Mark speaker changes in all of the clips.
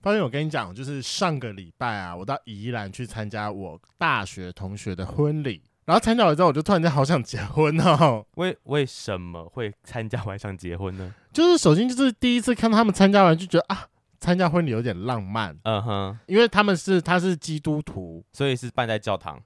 Speaker 1: 抱歉，我跟你讲，就是上个礼拜啊，我到宜兰去参加我大学同学的婚礼，然后参加完之后，我就突然间好想结婚哦。
Speaker 2: 为为什么会参加 完想结婚呢？
Speaker 1: 就是首先就是第一次看到他们参加完，就觉得啊，参加婚礼有点浪漫，
Speaker 2: 嗯哼，
Speaker 1: 因为他们是他是基督徒，
Speaker 2: 所以是办在教堂。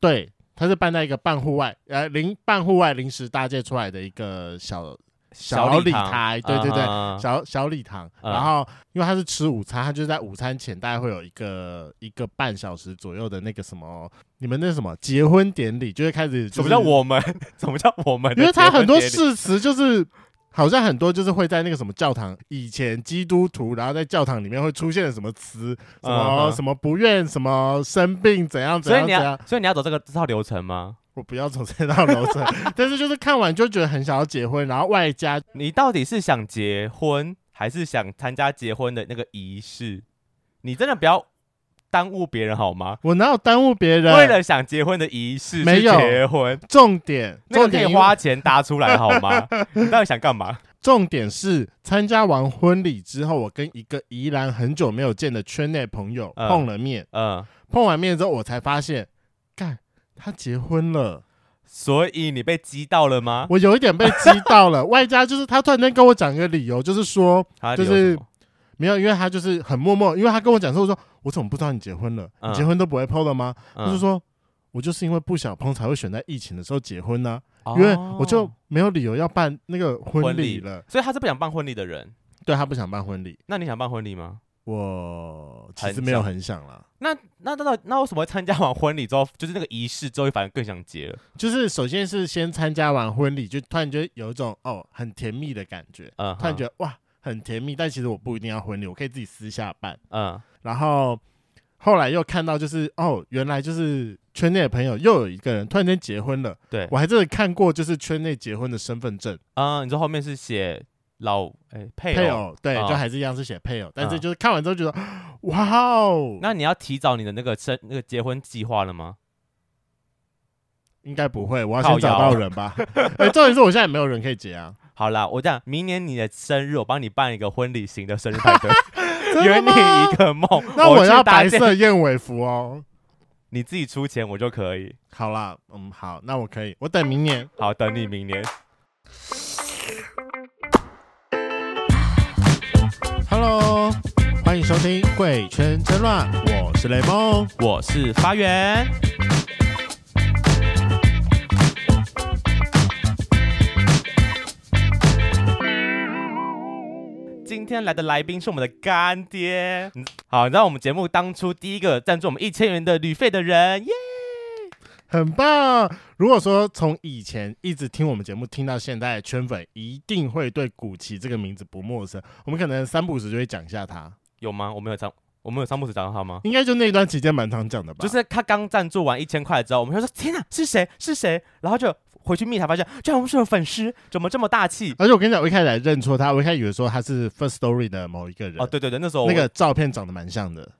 Speaker 1: 对，他是办在一个半户外呃临半户外临时搭建出来的一个小小礼
Speaker 2: 堂
Speaker 1: 台对对对
Speaker 2: 嗯哼
Speaker 1: 小小礼堂，
Speaker 2: 嗯
Speaker 1: 然后因为他是吃午餐，他就在午餐前大概会有一个一个半小时左右的那个什么，你们那什么结婚典礼，就会开始、
Speaker 2: 什么叫？我们？ 什么叫我们的结婚典礼？
Speaker 1: 因为他很多誓词就是。好像很多就是会在那个什么教堂，以前基督徒，然后在教堂里面会出现的什么词，什么、
Speaker 2: 嗯哼
Speaker 1: 什么不愿，什么生病，怎样怎
Speaker 2: 所以
Speaker 1: 样怎
Speaker 2: 你
Speaker 1: 样
Speaker 2: 要，，所以你要走这个这套流程吗？
Speaker 1: 我不要走这道流程。 但是就是看完就觉得很想要结婚，然后外加
Speaker 2: 你到底是想结婚，还是想参加结婚的那个仪式？你真的不要耽误别人好吗？
Speaker 1: 我哪有耽误别人？
Speaker 2: 为了想结婚的仪式去
Speaker 1: 没有
Speaker 2: 结婚，
Speaker 1: 重点，
Speaker 2: 那个
Speaker 1: 重
Speaker 2: 可
Speaker 1: 点
Speaker 2: 以
Speaker 1: 因为
Speaker 2: 花钱搭出来好 吗？你到底想干嘛？
Speaker 1: 重点是参加完婚礼之后，我跟一个宜兰很久没有见的圈内朋友
Speaker 2: 嗯
Speaker 1: 碰了面，
Speaker 2: 嗯，
Speaker 1: 碰完面之后我才发现，干他结婚了，
Speaker 2: 所以你被激到了吗？
Speaker 1: 我有一点被激到了。 外加就是他突然间跟我讲一个理由，就是说
Speaker 2: 他
Speaker 1: 就
Speaker 2: 留什
Speaker 1: 是
Speaker 2: 么
Speaker 1: 没有，因为他就是很默默，因为他跟我讲说，我说我怎么不知道你结婚了？
Speaker 2: 嗯
Speaker 1: 你结婚都不会 PO 的吗？他
Speaker 2: 嗯
Speaker 1: 就说。我就是因为不想碰，才会选在疫情的时候结婚呢、因为我就
Speaker 2: 哦
Speaker 1: 没有理由要办那个婚
Speaker 2: 婚
Speaker 1: 礼
Speaker 2: 礼
Speaker 1: 了。
Speaker 2: 所以他是不想办婚礼的人。
Speaker 1: 对他不想办婚礼，
Speaker 2: 那你想办婚礼吗？
Speaker 1: 我其
Speaker 2: 很
Speaker 1: 实没有
Speaker 2: 想
Speaker 1: 很想啦，
Speaker 2: 那那那那那为什么会参加完婚礼之后，就是那个仪式之后，反而更想结了？
Speaker 1: 就是首先是先参加完婚礼，就突然觉得有一种哦很甜蜜的感觉，
Speaker 2: 嗯，
Speaker 1: 突然觉
Speaker 2: 得，
Speaker 1: 得哇很甜蜜，但其实我不一定要婚礼，我可以自己私下办。
Speaker 2: 嗯
Speaker 1: 然后后来又看到就是哦原来就是圈内的朋友又有一个人突然间结婚了，
Speaker 2: 对
Speaker 1: 我还真的看过就是圈内结婚的身份证
Speaker 2: 嗯，你说后面是写老哎配
Speaker 1: 配
Speaker 2: 偶，
Speaker 1: 偶，对，
Speaker 2: 啊
Speaker 1: 就还是一样是写配偶，但是
Speaker 2: 嗯
Speaker 1: 就是看完之后觉得哇哦，
Speaker 2: 那你要提早你的那个生那个结婚计划了吗？
Speaker 1: 应该不会，我要
Speaker 2: 靠
Speaker 1: 先找
Speaker 2: 腰
Speaker 1: 到人吧。哎，重点是我现在也没有人可以结 啊。
Speaker 2: 好啦，我这样，明年你的生日，我帮你办一个婚礼型的生日派对，
Speaker 1: 真的
Speaker 2: 圆你
Speaker 1: 吗
Speaker 2: 一个梦。
Speaker 1: 那
Speaker 2: 我
Speaker 1: 我
Speaker 2: 去
Speaker 1: 要
Speaker 2: 搭
Speaker 1: 白
Speaker 2: 建，
Speaker 1: 色燕尾服哦。
Speaker 2: 你自己出钱，我就可以。
Speaker 1: 好啦，嗯，好，那我可以，我等明年。
Speaker 2: 好，等你明年。
Speaker 1: Hello，欢迎收听《贵圈争乱》，我是雷梦。
Speaker 2: 我是发源，今天来的来宾是我们的干爹。嗯好，你知道我们节目当初第一个赞助我们一千元的旅费的人，耶、
Speaker 1: 很棒！如果说从以前一直听我们节目听到现在的圈粉，一定会对古奇这个名字不陌生。我们可能三不五时就会讲一下他，
Speaker 2: 有吗？我们有张，我们有张牧师找到他吗？
Speaker 1: 应该就那段期间蛮常讲的吧。
Speaker 2: 就是他刚赞助完一千块之后，我们就说天哪，是谁？是谁？然后就回去密才发现，居然我们是有粉丝，怎么这么大气？
Speaker 1: 而且我跟你讲，我一开始还认错他，我一开始以为说他是 First Story 的某一个人，
Speaker 2: 哦，对对对，那时候我
Speaker 1: 那个照片长得蛮像的。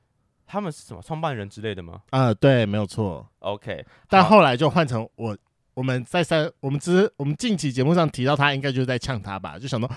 Speaker 2: 他们是什么创办人之类的吗
Speaker 1: 啊、对，没有错。
Speaker 2: ？OK，
Speaker 1: 但
Speaker 2: 好
Speaker 1: 后来就换成我，我们在三，我们之我们近期节目上提到他，应该就是在呛他吧，就想到、啊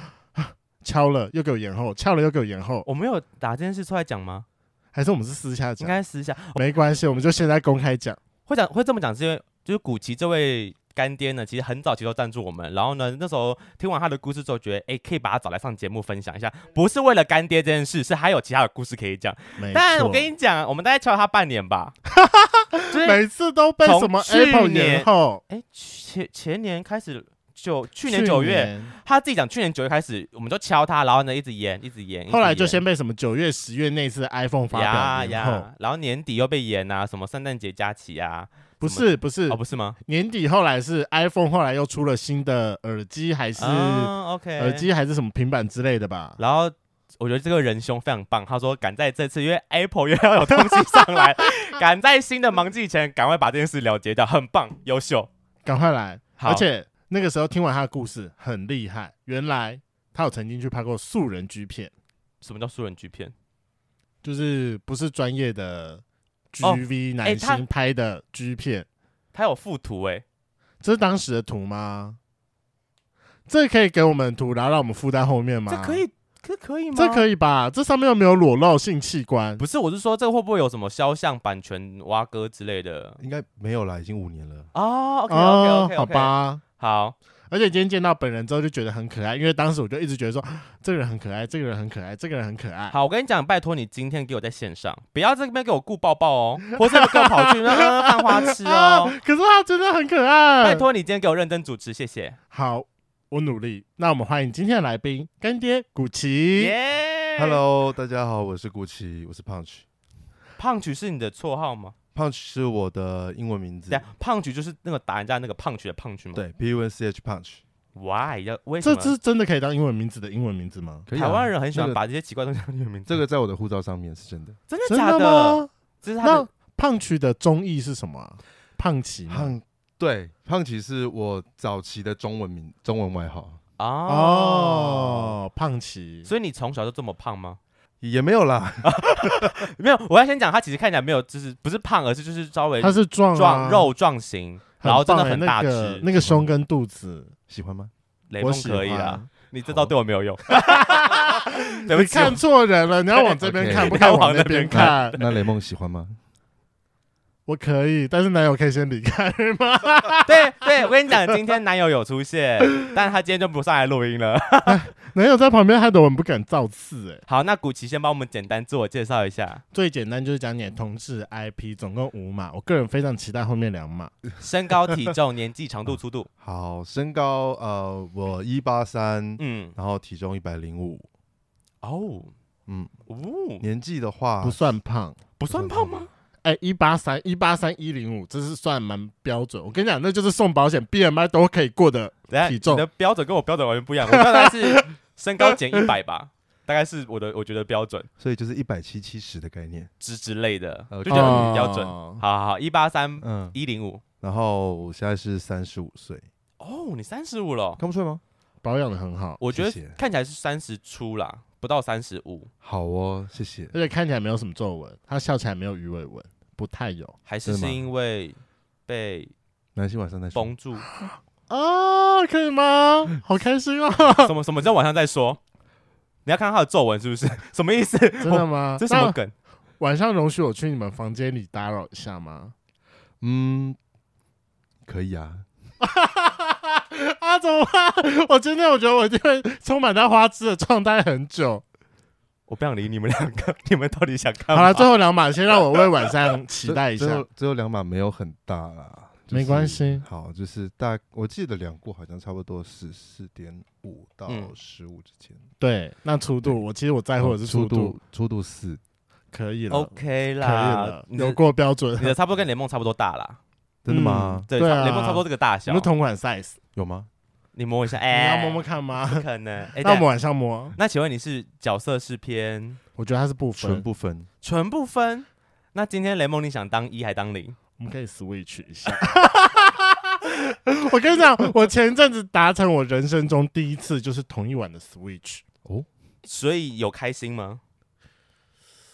Speaker 1: 敲了又给我延后，敲了又给我延后，
Speaker 2: 我没有打这件事出来讲吗？
Speaker 1: 还是我们是啊私下
Speaker 2: 应
Speaker 1: 讲？
Speaker 2: 该私下
Speaker 1: 没关系，我们就现在公开讲。
Speaker 2: 会讲会这么讲，是因为就是古奇这位干爹呢，其实很早期就赞助我们，然后呢，那时候听完他的故事之后，觉得哎，可以把他找来上节目分享一下，不是为了干爹这件事，是还有其他的故事可以讲。
Speaker 1: 没
Speaker 2: 但
Speaker 1: 错
Speaker 2: 我跟你讲，我们大概敲了他半 年吧，就是
Speaker 1: 每次都被什么
Speaker 2: 从去
Speaker 1: Apple
Speaker 2: 年
Speaker 1: 延后，
Speaker 2: 哎前前年开始。就去年九月，
Speaker 1: 年
Speaker 2: 他自己讲，去年九月开始，我们就敲他，然后呢一直延，一直延，一直
Speaker 1: 后来就
Speaker 2: 延
Speaker 1: 先被什么九月、十月那次 iPhone 发
Speaker 2: 呀
Speaker 1: 表延后，
Speaker 2: 呀，然后年底又被延啊，什么圣诞节假期啊，
Speaker 1: 不是不是
Speaker 2: 哦，不是吗？
Speaker 1: 年底后来是 iPhone，后来又出了新的耳机还是
Speaker 2: 啊 OK
Speaker 1: 耳机还是什么平板之类的吧？
Speaker 2: 然后我觉得这个仁兄非常棒，他说赶在这次，因为 Apple 又要有东西上 来，赶在新的忙季前，赶快把这件事了结掉，很棒，优秀。
Speaker 1: 赶快来！
Speaker 2: 好
Speaker 1: 而且那个时候听完他的故事很厉害，原来他有曾经去拍过素人 G 片，
Speaker 2: 什么叫素人剧片？
Speaker 1: 就是不是专业的
Speaker 2: 哦
Speaker 1: GV
Speaker 2: 哎
Speaker 1: 男
Speaker 2: 他
Speaker 1: 星拍的 G 片，
Speaker 2: 他有附图哎、
Speaker 1: 这是当时的图吗？这可以给我们图，然后让我们附在后面吗？
Speaker 2: 这可以这可以吗？
Speaker 1: 这可以吧？这上面又没有裸露性器官，
Speaker 2: 不是，我是说这会不会有什么肖像版权挖哥之类的
Speaker 3: 应该没有啦，已经五年了。
Speaker 2: 啊？OK OK OK，,
Speaker 1: 哦好，吧。
Speaker 2: 好，
Speaker 1: 而且今天见到本人之后就觉得很可爱，因为当时我就一直觉得说啊这个人很可爱，这个人很可爱，这个人很可爱。
Speaker 2: 好，我跟你讲，拜托你今天给我在线上，不要这边给我顾抱抱哦，或是给我跑去那 个犯花痴
Speaker 1: 啊
Speaker 2: 哦。！
Speaker 1: 可是他真的很可爱。
Speaker 2: 拜，托你今天给我认真主持，谢谢。
Speaker 1: 好，我努力。那我们欢迎今天的来宾干爹古奇。
Speaker 2: 耶
Speaker 3: Hello，大家好，我是顾奇，我是 Punch。
Speaker 2: 胖曲是你的绰号吗？
Speaker 3: Punch 是我的英文名字
Speaker 2: 对，啊，胖曲就是那个打人家那个胖曲的胖曲吗？
Speaker 3: 对，P U N C H Punch。
Speaker 2: ，Why 要为什
Speaker 1: 这
Speaker 2: 么？
Speaker 1: 只真的可以当英文名字的英文名字吗？
Speaker 3: 可以啊
Speaker 2: 台湾人很喜欢
Speaker 3: 这个
Speaker 2: 把这些奇怪的东西当英文名字，
Speaker 3: 这个在我的护照上面是真的。
Speaker 2: 真的
Speaker 1: 真
Speaker 2: 假
Speaker 1: 的吗？
Speaker 2: 这是他
Speaker 1: 那
Speaker 2: 的
Speaker 1: 胖曲的中译是什么啊？胖奇吗
Speaker 3: 胖对胖奇是我早期的中文名中文外号，
Speaker 2: 哦。
Speaker 1: 哦，胖奇。
Speaker 2: 所以你从小就这么胖吗？
Speaker 3: 也没有啦，
Speaker 2: 没有，我要先讲，他其实看起来没有，就是不是胖，而是就是稍微
Speaker 1: 他是壮啊
Speaker 2: 壮肉壮型，然后真的
Speaker 1: 棒欸
Speaker 2: 很大
Speaker 1: 那
Speaker 2: 只。
Speaker 1: 个那个胸跟肚子，
Speaker 3: 喜欢吗？
Speaker 2: 雷
Speaker 1: 我
Speaker 2: 梦
Speaker 1: 喜
Speaker 2: 可以啦
Speaker 1: 啊。，
Speaker 2: 你这招对我没有 用，对不
Speaker 1: 你
Speaker 2: 起我。
Speaker 1: 看错人了，你要往这边
Speaker 3: OK
Speaker 1: 看，不该往那边
Speaker 2: 你要
Speaker 1: 看。
Speaker 3: 那雷梦喜欢吗？
Speaker 1: 我可以，但是男友可以先离开吗？
Speaker 2: 对对，我跟你讲，今天男友有出现，但他今天就不上来录音了。
Speaker 1: 男友在旁边害得我们不敢造次。哎，
Speaker 2: 好，那古奇先帮我们简单自我介绍一下，
Speaker 1: 最简单就是讲你的同志 IP，总共五码，我个人非常期待后面两码。
Speaker 2: 身高、体重、 年纪、长度、粗度。
Speaker 3: 好，身高呃，我一八三，
Speaker 2: 嗯，
Speaker 3: 然后体重一百零五，
Speaker 2: 哦，
Speaker 3: 嗯，
Speaker 2: 哦，
Speaker 3: 年纪的话
Speaker 1: 不算胖。
Speaker 2: 不算胖吗？
Speaker 1: 哎，一八三一八三一零五，这是算蛮标准。我跟你讲，那就是送保险 BMI 都可以过的。
Speaker 2: 等一下
Speaker 1: 体重
Speaker 2: 你的标准跟我标准完全不一样，我大概是身高减一百吧，大概是我的我觉得标准
Speaker 3: 所以就是一百七七十的概念。
Speaker 2: 之之类的，
Speaker 3: 呃
Speaker 2: 就觉得很
Speaker 1: 哦
Speaker 2: 标准。好好好，一八三
Speaker 3: 嗯，
Speaker 2: 一零五。
Speaker 3: 然后我现在是三十五岁，
Speaker 2: 哦，你三十五了，
Speaker 3: 看不出来吗？
Speaker 1: 保养的很好，
Speaker 2: 我觉
Speaker 3: 谢谢
Speaker 2: 得看起来是三十出啦，不到三十五，
Speaker 3: 好哦，谢谢。
Speaker 1: 而且看起来没有什么皱纹，他笑起来没有鱼尾纹，不太有
Speaker 2: 还是
Speaker 3: 真的
Speaker 2: 是
Speaker 3: 吗
Speaker 2: 因为被
Speaker 3: 男性晚上再说。
Speaker 2: 绷住。
Speaker 1: 啊，可以吗？好开心哦！
Speaker 2: 什么什么叫晚上再说？你要看他的皱纹是不 是？什么意思？
Speaker 1: 真的吗？
Speaker 2: 这什么
Speaker 1: 那
Speaker 2: 梗？
Speaker 1: 晚上容许我去你们房间里打扰一下吗？
Speaker 3: 嗯，可以啊。
Speaker 1: 啊，怎么办？ 我今天我觉得我一定会充满到花痴的状态很久。
Speaker 2: 我不想理你们 两个，你们到底想
Speaker 1: 好
Speaker 2: 干嘛？
Speaker 1: 了，最后两码先让我为晚上期
Speaker 3: 这
Speaker 1: 待一
Speaker 3: 最
Speaker 1: 下
Speaker 3: 后。最后两码没有很大啦，就是
Speaker 1: 没关系
Speaker 3: 好，就是大，我记得量过好像差不多是四点五到
Speaker 2: 嗯
Speaker 3: 十五之间。
Speaker 1: 对，那粗度我其实我在乎哎的是
Speaker 3: 哦粗
Speaker 1: 粗
Speaker 3: 度
Speaker 1: 度，，
Speaker 3: 粗度四。
Speaker 1: 可以了，
Speaker 2: OK
Speaker 1: 可以
Speaker 2: 啦
Speaker 1: 了，，
Speaker 2: 哦你
Speaker 1: 有
Speaker 2: 的
Speaker 1: 过标准
Speaker 2: 你。 的差不多跟雷梦差不多大啦，
Speaker 3: 真的吗？
Speaker 2: 对，
Speaker 1: 对啊
Speaker 2: 雷梦差不多这个大
Speaker 1: 你
Speaker 2: 小
Speaker 1: 们。同款 size，
Speaker 3: 有吗？
Speaker 2: 你摸一下，
Speaker 1: 你
Speaker 2: 哎，
Speaker 1: 要摸摸看吗？
Speaker 2: 不可能。哎，
Speaker 1: 那我
Speaker 2: 等
Speaker 1: 们
Speaker 2: 一下
Speaker 1: 晚上摸，
Speaker 2: 那请问你是角色是偏
Speaker 1: 我觉得它是不
Speaker 3: 纯
Speaker 1: 分，
Speaker 3: 不分。
Speaker 2: 纯不分？那今天雷蒙你想当一还当零？
Speaker 1: 我们可以 switch 一下。我跟你讲，我前一阵子达成我人生中第一次就是同一晚的 switch，
Speaker 2: 所以有开心吗？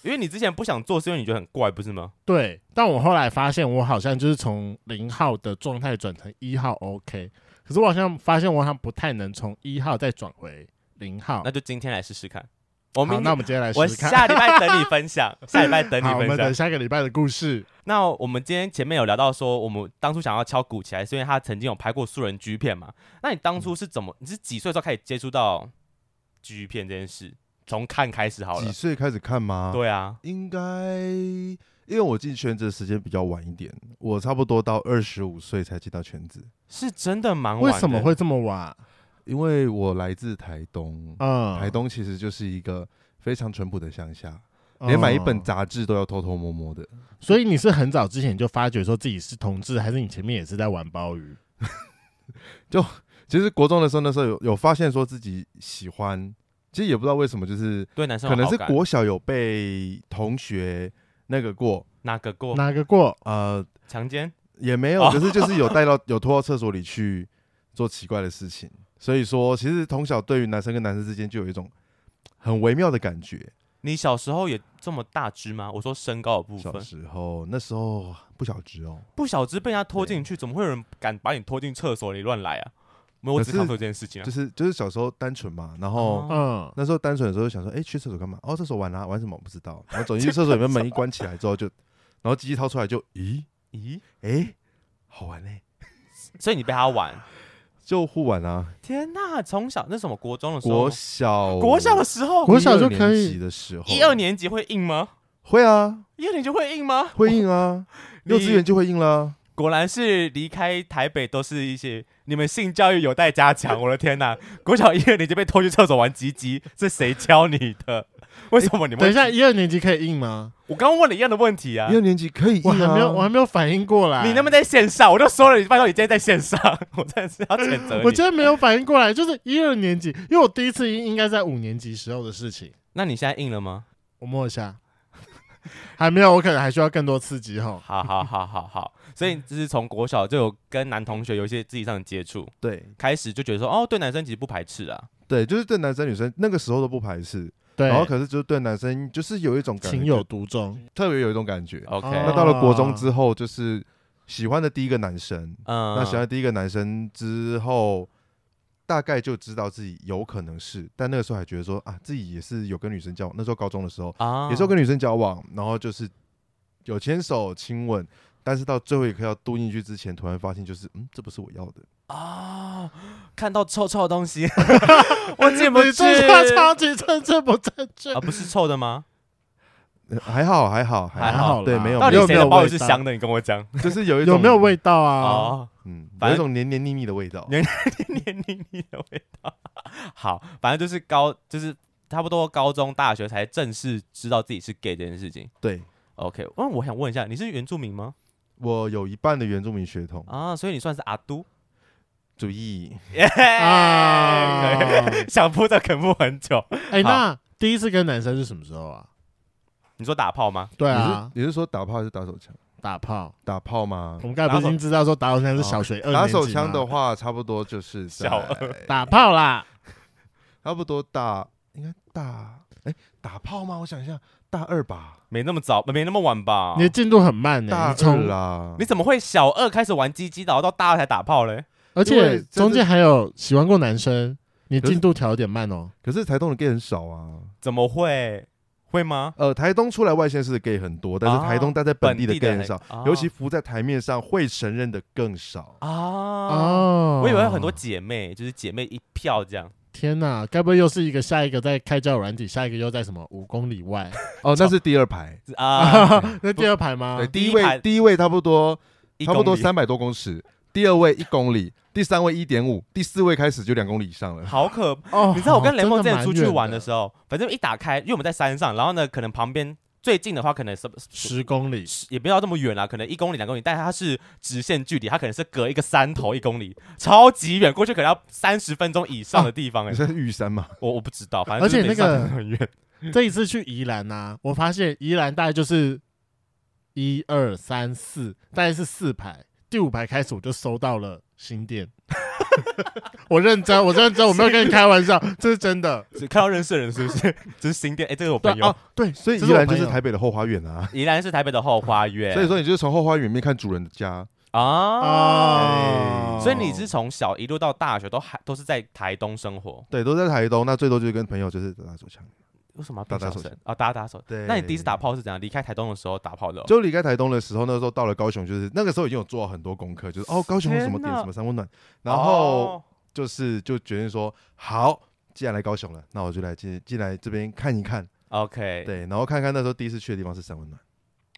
Speaker 2: 因为你之前不想做，是因为你觉得很怪，不是吗？
Speaker 1: 对，但我后来发现，我好像就是从零号的状态转成一号 OK，可是我好像发现我好像不太能从一号再转回零号。
Speaker 2: 那就今天来试试看。我
Speaker 1: 好，
Speaker 2: 明
Speaker 1: 那我们接下来试
Speaker 2: 我
Speaker 1: 试看。
Speaker 2: 下礼拜等你分享，下礼拜等
Speaker 1: 好，
Speaker 2: 你
Speaker 1: 我
Speaker 2: 分
Speaker 1: 们等
Speaker 2: 享。
Speaker 1: 下个礼拜的故事。
Speaker 2: 那我们今天前面有聊到说，我们当初想要敲鼓起来，是因为他曾经有拍过素人 G 片嘛？那你当初是怎么？你是几岁的时候开始接触到 G 片这件事？从看开始好了
Speaker 3: 几。岁开始看吗？，
Speaker 2: 对啊，
Speaker 3: 应该因为我进圈子的时间比较晚一点，我差不多到二十五岁才进到圈子，
Speaker 2: 是真的蛮晚的。
Speaker 1: 为什么会这么晚？
Speaker 3: 因为我来自台东，
Speaker 1: 嗯，
Speaker 3: 台东其实就是一个非常淳朴的乡下，
Speaker 1: 嗯
Speaker 3: 连买一本，杂志都要偷偷摸摸的。
Speaker 1: 所以你是很早之前就发觉说自己是同志，还是你前面也是在玩鲍鱼？
Speaker 3: 其实国中的时候，那时候有有发现说自己喜欢，其实也不知道为什么，就是
Speaker 2: 对男生有
Speaker 3: 可能
Speaker 2: 好
Speaker 3: 是
Speaker 2: 感
Speaker 3: 国小有被同学那个过，
Speaker 2: 哪个过
Speaker 1: 哪个过？
Speaker 2: 啊
Speaker 3: 呃，
Speaker 2: 强奸？
Speaker 3: 也没有，
Speaker 2: 哦
Speaker 3: 可是就是有带 到有拖到厕所里去做奇怪的事情。所以说，其实从小对于男生跟男生之间就有一种很微妙的感觉。
Speaker 2: 你小时候也这么大只吗？我说身高的部
Speaker 3: 小
Speaker 2: 分，
Speaker 3: 时候那时候不小只哦，
Speaker 2: 不小只被人家拖进去，怎么会有人敢把你拖进厕所里乱来啊？没有，我
Speaker 3: 可
Speaker 2: 只
Speaker 3: 是
Speaker 2: 想做这件事情啊
Speaker 3: 就。是就是小时候单纯嘛，然后
Speaker 2: 哦
Speaker 1: 嗯，
Speaker 3: 那时候单纯的时候就想说，哎，去厕所干嘛？哦，厕所玩啊，玩什么我不知道。然后走进去厕所里面，门一关起来之后就，然后机器掏出来就，咦，
Speaker 2: 咦，
Speaker 3: 哎，好玩嘞，
Speaker 2: 所以你被他玩？
Speaker 3: 就互玩啊。
Speaker 2: 天哪！从小那什么国中的时候
Speaker 3: 国，小
Speaker 2: 国小的时候，
Speaker 1: 国小就可
Speaker 3: 一二年级
Speaker 1: 以，
Speaker 3: 的时候，
Speaker 2: 一二年级会硬吗？
Speaker 3: 会啊，
Speaker 2: 一二年级会硬吗？
Speaker 3: 会硬啊，幼稚园就会硬啦。
Speaker 2: 果然是离开台北都是一些你们性教育有待加强。我的天哪，国小一二年级被拖去厕所玩鸡鸡，是谁教你的？ 为什么你们？
Speaker 1: 等一下，，一二年级可以印吗？
Speaker 2: 我刚刚问了一样的问题啊
Speaker 3: 一。二年级可以
Speaker 1: 我
Speaker 3: 硬
Speaker 1: 还没有，我还
Speaker 3: 啊，
Speaker 1: 没有反应过来。
Speaker 2: 你那么在线上，我就说了，你拜托你今天在线上， 我真的是要谴责
Speaker 1: 我
Speaker 2: 你。
Speaker 1: 真的没有反应过来，就是一二年级，因为我第一次印应该在五年级时候的事情。
Speaker 2: 那你现在硬了吗？
Speaker 1: 我摸一 下，还没有，我可能还需要更多刺激哈。
Speaker 2: 好好好好好，所以就是从国小就有跟男同学有一些肢体上的接触，
Speaker 3: 对
Speaker 2: 开始就觉得说，哦，对男生其实不排斥啊，
Speaker 3: 对，就是对男生女生那个时候都不排斥，
Speaker 1: 对，
Speaker 3: 然后可是就是对男生就是有一种感觉，
Speaker 1: 情有独钟，
Speaker 3: 特别有一种感觉。
Speaker 2: OK，
Speaker 1: 哦
Speaker 3: 那到了国中之后，就是喜欢的第一个男生，
Speaker 2: 嗯
Speaker 3: 那喜欢的第一个男生之后，大概就知道自己有可能是，但那个时候还觉得说啊，自己也是有跟女生交往。那时候高中的时候，
Speaker 2: 啊
Speaker 3: 也是有跟女生交往，然后就是有牵手、亲吻，但是到最后一刻要嘟进去之前，突然发现就是，嗯，这不是我要 的。
Speaker 2: 啊，看到臭臭的东 西，我进不
Speaker 1: 你
Speaker 2: 去
Speaker 1: 这话超级正确不正确
Speaker 2: 啊，？不是臭的吗？
Speaker 3: 呃还好，还好，
Speaker 2: 还好
Speaker 1: 啦
Speaker 3: 对没有
Speaker 2: 到底
Speaker 1: 有
Speaker 2: 谁
Speaker 1: 没
Speaker 2: 的
Speaker 1: 有
Speaker 2: 包
Speaker 1: 味
Speaker 2: 里是
Speaker 1: 道
Speaker 2: 香的？你跟我讲
Speaker 3: 就是有一种
Speaker 1: 有没有，味道啊？
Speaker 2: 哦，
Speaker 3: 嗯，
Speaker 2: 反
Speaker 3: 有一
Speaker 2: 正
Speaker 3: 种黏黏腻腻的味道。
Speaker 2: 黏黏腻腻的味道。好，反正就是高，就是差不多高中、大学才正式知道自己是 gay 这件事情。
Speaker 3: 对
Speaker 2: OK，嗯，我想问一下，你是原住民吗？
Speaker 3: 我有一半的原住民血统，
Speaker 2: 啊，所以你算是阿都？
Speaker 3: 主义
Speaker 2: 耶、
Speaker 1: 啊
Speaker 2: 可以 想铺的肯铺很久。
Speaker 1: 哎，那第一次跟男生是什么时候啊？
Speaker 2: 你说打炮吗？
Speaker 1: 对啊，
Speaker 3: 你是你是说打炮还是打手枪？
Speaker 1: 打炮。
Speaker 3: 打炮吗
Speaker 1: 我？们刚才不是已经知道说打手枪是小学二年级吗哎
Speaker 3: 打手枪的话，差不多就是在
Speaker 2: 小二
Speaker 1: 打炮啦，
Speaker 3: 差不多大，应该大，哎，打炮吗？我想一下，大二吧，
Speaker 2: 没那么早，没那么晚吧？
Speaker 1: 你的进度很慢呢、
Speaker 3: 大
Speaker 1: 你
Speaker 3: 二
Speaker 1: 从
Speaker 3: 啦。
Speaker 2: 你怎么会小二开始玩鸡鸡，然后到大二才打炮嘞？
Speaker 1: 而
Speaker 3: 因
Speaker 1: 且
Speaker 3: 为这
Speaker 1: 中间还有喜欢过男生，你
Speaker 3: 可是
Speaker 1: 进度调有点慢哦。
Speaker 3: 可是台东的 gay 很少啊。
Speaker 2: 怎么会？会吗？
Speaker 3: 呃，台东出来外县市的 gay 很多，但是
Speaker 2: 啊
Speaker 3: 台东待在本地的
Speaker 2: 本地的
Speaker 3: gay
Speaker 2: 啊
Speaker 3: 很少，
Speaker 2: 很
Speaker 3: 尤其浮在台面上会承认的更少。
Speaker 2: 啊。
Speaker 1: 哦，
Speaker 2: 我以为有很多姐妹，就是姐妹一票这样。
Speaker 1: 天哪，该不会又是一个下一个在开交友软体，下一个又在什么五公里 外？
Speaker 3: 哦，那是第二排，
Speaker 2: 啊，
Speaker 1: 那啊第二排吗
Speaker 3: 对，？第
Speaker 2: 第
Speaker 3: 一
Speaker 2: 一
Speaker 3: 位
Speaker 2: 排
Speaker 3: 第一位差不多
Speaker 2: 一
Speaker 3: 差不多
Speaker 2: 公里，
Speaker 3: 三百多公尺，第二位一公里，第三位一点五，第四位开始就两公里以上 了。
Speaker 2: 好可。
Speaker 1: 哦
Speaker 2: 你知道我跟雷梦之前出去玩
Speaker 1: 的
Speaker 2: 的时候，反正一打开，因为我们在山上，然后呢，可能旁边最近的话，可能是
Speaker 1: 十公里，
Speaker 2: 也不要这么远啦，可能一公里、两公里，但它是直线距离，它可能是隔一个山头一公里，超级远，过去可能要三十分钟以上的地方哎、
Speaker 3: 你是玉山吗？
Speaker 2: 我我不知道，反正
Speaker 1: 而且
Speaker 2: 就是
Speaker 1: 那个
Speaker 2: 每山很远，
Speaker 1: 这一次去宜兰呐、我发现宜兰大概就是一二三四，大概是四排，第五排开始我就收到了新店。 我认真，我认真，我没有跟你开玩笑，这是真 的。
Speaker 2: 只看到认识的人是不 是？这是新店哎、这个是我
Speaker 1: 对
Speaker 2: 朋友
Speaker 1: 哦，，对，
Speaker 3: 所以
Speaker 1: 这
Speaker 3: 宜
Speaker 1: 我
Speaker 3: 兰就
Speaker 1: 朋
Speaker 3: 是
Speaker 1: 友
Speaker 3: 台北的后花园啊。
Speaker 2: 宜兰是台北的后花园，
Speaker 3: 所以说，你就是从后花园里面看主人的家，
Speaker 1: 哦
Speaker 3: 哎
Speaker 2: 哦所以你是从小一路到大学都还都是在台东生活，
Speaker 3: 对，都在台东，那最多就是跟朋友就是打打手枪。
Speaker 2: 为什么要
Speaker 3: 打
Speaker 2: 打
Speaker 3: 打
Speaker 2: 打
Speaker 3: 手
Speaker 2: 手
Speaker 3: 枪
Speaker 2: 啊？打打手。
Speaker 3: 对
Speaker 2: 那你第一次打炮是怎样？离开台东的时候打炮的哦、
Speaker 3: 就离开台东的时候，那时候到了高雄，就是那个时候已经有做好很多功课，就是哦，高雄有什么
Speaker 2: 天
Speaker 3: 点
Speaker 2: 哪哦
Speaker 3: 什么三温暖，然后就是就决定说，好，既然来高雄了，那我就来进进来这边看一看，
Speaker 2: 哦 OK，
Speaker 3: 对，然后看看那时候第一次去的地方是三温暖，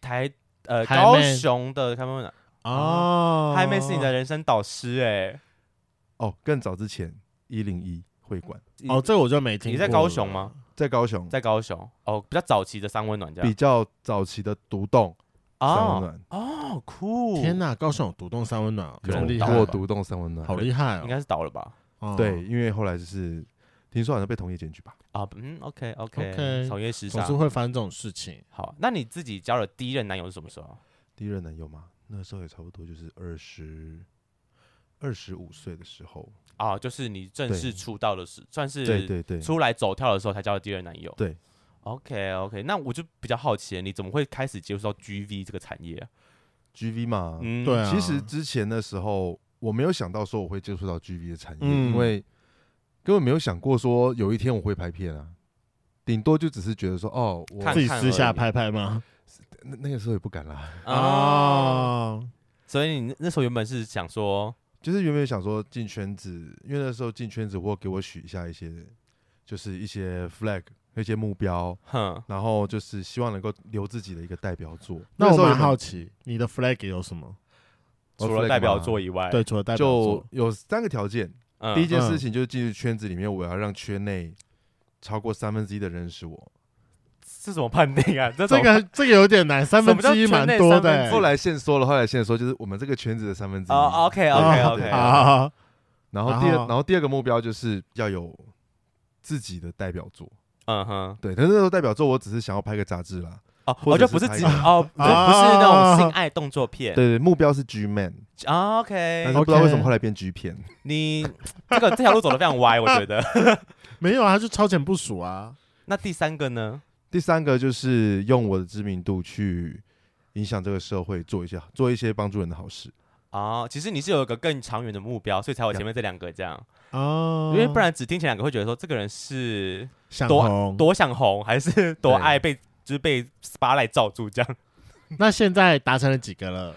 Speaker 2: 台呃
Speaker 1: 海
Speaker 2: 高
Speaker 1: 妹
Speaker 2: 雄的他们
Speaker 1: 哦，
Speaker 2: 海妹是你的人生导师哎、
Speaker 3: 哦，更早之前一零一会馆
Speaker 1: 哦，这个我就没听。
Speaker 2: 你在高雄？吗？
Speaker 3: 在高雄，
Speaker 2: 在高雄哦，比较早期的三温暖这
Speaker 3: 比
Speaker 2: 样
Speaker 3: 较早期的独栋三温
Speaker 2: 哦
Speaker 3: 暖，
Speaker 2: 哦酷，
Speaker 1: 天哪，高雄有独栋三温暖哦，
Speaker 2: 有
Speaker 1: 这么
Speaker 2: 人
Speaker 1: 厉
Speaker 3: 有
Speaker 1: 害
Speaker 3: 我
Speaker 1: 哦，
Speaker 3: 独栋三温暖，
Speaker 1: 好厉害哦
Speaker 2: 应该是倒了吧？
Speaker 1: 哦！
Speaker 3: 对，因为后来就是听说好像被同业检举吧，
Speaker 2: 啊嗯 OK OK，
Speaker 1: OK，
Speaker 2: 草月时
Speaker 1: 总
Speaker 2: 尚
Speaker 1: 是会发生这种事情。
Speaker 2: 好，那你自己交了第一任男友是什么时候？
Speaker 3: 第一任男友嘛，那时候也差不多就是二十二十五岁的时候，
Speaker 2: 啊，就是你正式
Speaker 3: 对
Speaker 2: 出道的时，算是
Speaker 3: 对对对，
Speaker 2: 出来走跳的时候才交了第二男友。
Speaker 3: 对
Speaker 2: ，OK OK，那我就比较好奇了，你怎么会开
Speaker 3: 嗯
Speaker 2: 始接触到 GV 这个产业啊？
Speaker 3: GV 嘛，
Speaker 2: 嗯
Speaker 1: 对啊，
Speaker 3: 其实之前的时候，我没有想到说我会接触到 GV 的产业，
Speaker 1: 嗯
Speaker 3: 因为根本没有想过说有一天我会拍片啊，顶多就只是觉得说哦，我
Speaker 2: 看
Speaker 1: 自己
Speaker 2: 看
Speaker 1: 私
Speaker 2: 而
Speaker 1: 下
Speaker 2: 已
Speaker 1: 拍拍吗？
Speaker 3: 那那个时候也不敢啦，
Speaker 2: 哦，
Speaker 1: 哦，
Speaker 2: 啊所以你那时候原本是想说，
Speaker 3: 就是原本想说进圈子，因为那时候进圈子或给我许下一些就是一些 flag 一些目标，
Speaker 2: 哼，
Speaker 3: 然后就是希望能够留自己的一个代表作。
Speaker 1: 那
Speaker 3: 时
Speaker 1: 我
Speaker 3: 候
Speaker 1: 蛮
Speaker 3: 有
Speaker 1: 好奇你的 flag 有什么？
Speaker 3: 哦
Speaker 2: 除了
Speaker 3: flag
Speaker 2: 代表
Speaker 3: 吗
Speaker 2: 作以外，
Speaker 1: 对，除了代表
Speaker 3: 就
Speaker 1: 作，
Speaker 3: 有三个条件，
Speaker 2: 嗯，
Speaker 3: 第一件
Speaker 1: 嗯
Speaker 3: 事情就是进入圈子里面，我要让圈内超过三分之一的人认识我。
Speaker 2: 是什么判定啊？这
Speaker 1: 这
Speaker 2: 种
Speaker 1: 个这个有点难，三分之一蛮多的、欸
Speaker 2: 对
Speaker 3: 后来现说了，后来现说就是我们这个圈子的三分之一。
Speaker 2: 哦，OK OK
Speaker 1: 哎哦
Speaker 2: OK，
Speaker 3: 啊
Speaker 1: 好，
Speaker 3: 然后第二，
Speaker 1: 然后
Speaker 3: 然后第二个目标就是要有自己的代表作。
Speaker 2: 嗯哼，
Speaker 3: 对，但是那时候代表作我只是想要拍个杂志啦。
Speaker 2: 哦，
Speaker 3: 或
Speaker 2: 我
Speaker 3: 者
Speaker 2: 就是不是
Speaker 3: 拍
Speaker 2: 只
Speaker 3: 一个
Speaker 2: 哦，就不是那种性爱动作片，
Speaker 3: 对对，目标是 G Man，
Speaker 2: 啊
Speaker 3: 但
Speaker 2: ，OK，
Speaker 3: 是不知道
Speaker 1: OK
Speaker 3: 为什么后来变 G 片。
Speaker 2: 你这个这条路走的非常歪，我觉 得。
Speaker 1: 没有啊，他就超前部署啊。
Speaker 2: 那第三个呢？
Speaker 3: 第三个就是用我的知名度去影响这个社会，做一些做一些帮助人的好事。
Speaker 2: 哦，其实你是有一个更长远的目标，所以才有前面这两个这样，
Speaker 1: 哦，
Speaker 2: 因为不然只听前两个会觉得说这个人是
Speaker 1: 想
Speaker 2: 多
Speaker 1: 红。
Speaker 2: 多想红，还是多
Speaker 3: 对
Speaker 2: 爱被就是被 spotlight 罩住这样。
Speaker 1: 那现在达成了几个了？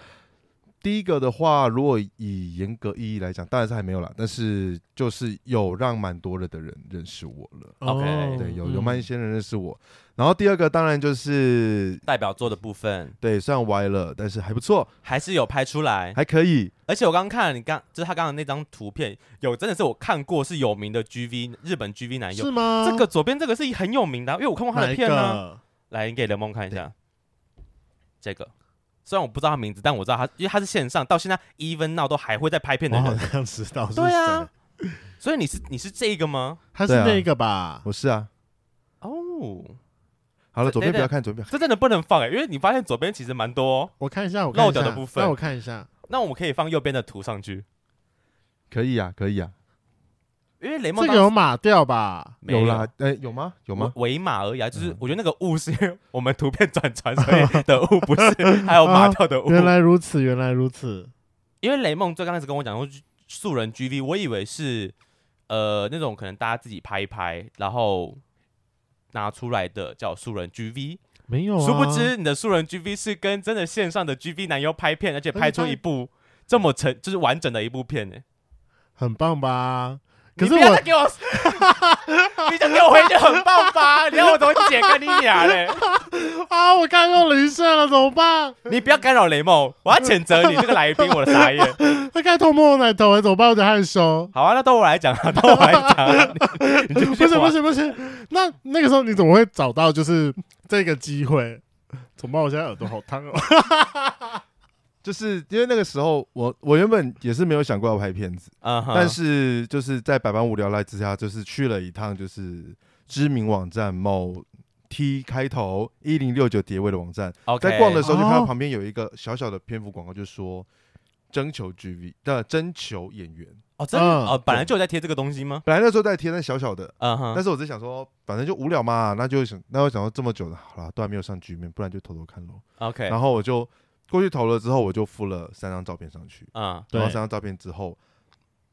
Speaker 3: 第一个的话，如果以严格意义来讲，当然是还没有啦，但是就是有让蛮多人的人认识我了，
Speaker 2: OK，
Speaker 1: 哦
Speaker 3: 对，有
Speaker 1: 嗯
Speaker 3: 有蛮一些人认识我。然后第二个当然就是
Speaker 2: 代表作的部分
Speaker 3: 对，虽然歪了，但是还不错，
Speaker 2: 还是有拍出来，
Speaker 3: 还可以。
Speaker 2: 而且我刚刚看了你刚就是他刚刚那张图片，有真的是我看过是有名的 GV 日本 GV 男优
Speaker 1: 是，吗？
Speaker 2: 这个左边这个是很有名的啊、因为我看过他
Speaker 1: 哪
Speaker 2: 的
Speaker 1: 一
Speaker 2: 片啊。
Speaker 1: 个？
Speaker 2: 来，你给刘梦看一下这个。虽然我不知道他名字，但我知道他，因为他是线上到现在 Even Now 都还会在拍片的
Speaker 1: 我好
Speaker 2: 人，
Speaker 1: 像知道是谁。
Speaker 2: 对啊所以你是你是这个吗？
Speaker 1: 他是
Speaker 3: 对啊
Speaker 1: 那个吧？
Speaker 3: 我是啊，
Speaker 2: 哦，
Speaker 3: 好了，左边
Speaker 2: 对
Speaker 3: 不要看，左边不要
Speaker 2: 这真的不能放哎、因为你发现左边其实蛮多、哦，
Speaker 1: 我看一下，我看一下
Speaker 2: 漏掉的部分
Speaker 1: 让我看一下。
Speaker 2: 那我们可以放右边的图上去，
Speaker 3: 看，可以啊，可以啊，
Speaker 2: 因为雷
Speaker 1: 这
Speaker 2: 梦
Speaker 1: 个有码掉吧？
Speaker 2: 没
Speaker 3: 有啦，哎，有吗？有吗？
Speaker 2: 伪码而已啊，就是
Speaker 3: 嗯
Speaker 2: 我觉得那个误是因为我们图片转传所以的误，不是还有码掉的误。
Speaker 1: 啊原来如此，原来如此。
Speaker 2: 因为雷梦最刚开始跟我讲说素人 GV，我以为是呃那种可能大家自己拍一拍，然后拿出来的叫素人 GV，、
Speaker 1: 没
Speaker 3: 哦
Speaker 1: 有啊，
Speaker 2: 殊不知你的素人 GV 是跟真的线上的 GV 男优拍片，而且拍出一部这么成就是完整的一部片呢、欸
Speaker 1: 很棒吧？可
Speaker 2: 你
Speaker 1: 是
Speaker 2: 不要再
Speaker 1: 我
Speaker 2: 给我， 你就给我回去很棒吧？你要我怎么解跟你俩 嘞？
Speaker 1: 啊，我看到镭射了，怎么办？
Speaker 2: 你不要干扰雷梦，我要谴责你这个来宾，我的傻 眼。
Speaker 1: 他开头摸我奶头，怎么办？我得害羞。
Speaker 2: 好啊，那都我来讲啊，都我来讲、啊。你你
Speaker 1: 不
Speaker 2: 继续
Speaker 1: 是不
Speaker 2: 玩
Speaker 1: 是不是，那那个时候你怎么会找到就是这个机会？怎么办？我现在耳朵好烫哦。
Speaker 3: 就是因为那个时候我我原本也是没有想过要拍片子，
Speaker 2: 嗯哼，
Speaker 3: 但是就是在百般无聊赖之下，就是去了一趟就是知名网站某 T 开头一零六九结尾的网站，
Speaker 2: OK
Speaker 3: 在逛的时候就看
Speaker 1: 哦
Speaker 3: 到旁边有一个小小的篇幅广告，就说征求 GV 的征求演员。
Speaker 2: 哦，真的
Speaker 1: 嗯
Speaker 2: 哦，本来就有在贴这个东西吗？
Speaker 3: 本来那时候在贴那小小的，
Speaker 2: 嗯哼
Speaker 3: 但，是我只想说，反正就无聊嘛，那就想那我想说这么久了，好啦，都还没有上局面，不然就偷偷看喽。
Speaker 2: OK，
Speaker 3: 然后我就过去投了之后，我就附了三张照片上去，
Speaker 2: 嗯，
Speaker 1: 对
Speaker 3: 然后三张照片之后，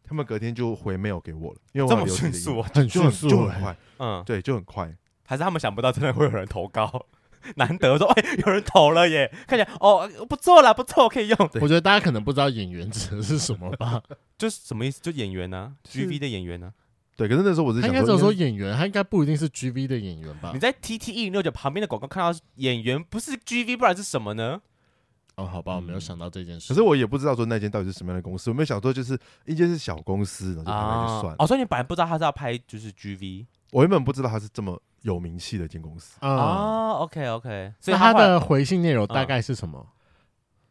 Speaker 3: 他们隔天就回 mail 给我了，因为我
Speaker 2: 这
Speaker 3: 还
Speaker 2: 么
Speaker 3: 留
Speaker 2: 迅
Speaker 3: 着
Speaker 2: 速
Speaker 3: 一个，
Speaker 2: 啊，
Speaker 1: 很
Speaker 3: 就
Speaker 1: 迅
Speaker 3: 很
Speaker 1: 速
Speaker 3: 就
Speaker 1: 欸
Speaker 3: 很快，
Speaker 2: 嗯，
Speaker 3: 对，就很快。
Speaker 2: 还是他们想不到真的会有人投稿， 难得说哎，有人投了耶，看起来哦不错啦，不错，可以用，
Speaker 1: 我觉得大家可能不知道演员指的是什么吧？
Speaker 2: 就是什么意思？就演员呢
Speaker 3: 是
Speaker 2: ，GV 的演员啊呢？
Speaker 3: 对，可是那时候 我是
Speaker 1: 他应
Speaker 3: 想
Speaker 1: 该只有说
Speaker 3: 说，
Speaker 1: 演员，他应该不一定是 G V 的演员吧
Speaker 2: 你？在 TT 一零六九旁边的广告看到演员不是 GV，不然是什么呢？
Speaker 1: 哦，好吧，我没有
Speaker 3: 嗯
Speaker 1: 想到这件事。
Speaker 3: 可是我也不知道说那间到底是什么样的公司，我没有想说就是一间是小公司，然后就拍
Speaker 1: 啊
Speaker 3: 拍就算了。
Speaker 2: 哦，所以你本来不知道他是要拍就是 GV
Speaker 3: 我原本不知道它是这么有名气的一间公司。
Speaker 1: 啊，
Speaker 2: 哦 OK OK，所
Speaker 1: 那
Speaker 2: 以
Speaker 1: 他
Speaker 2: 后来
Speaker 1: 的回信内容大概是什么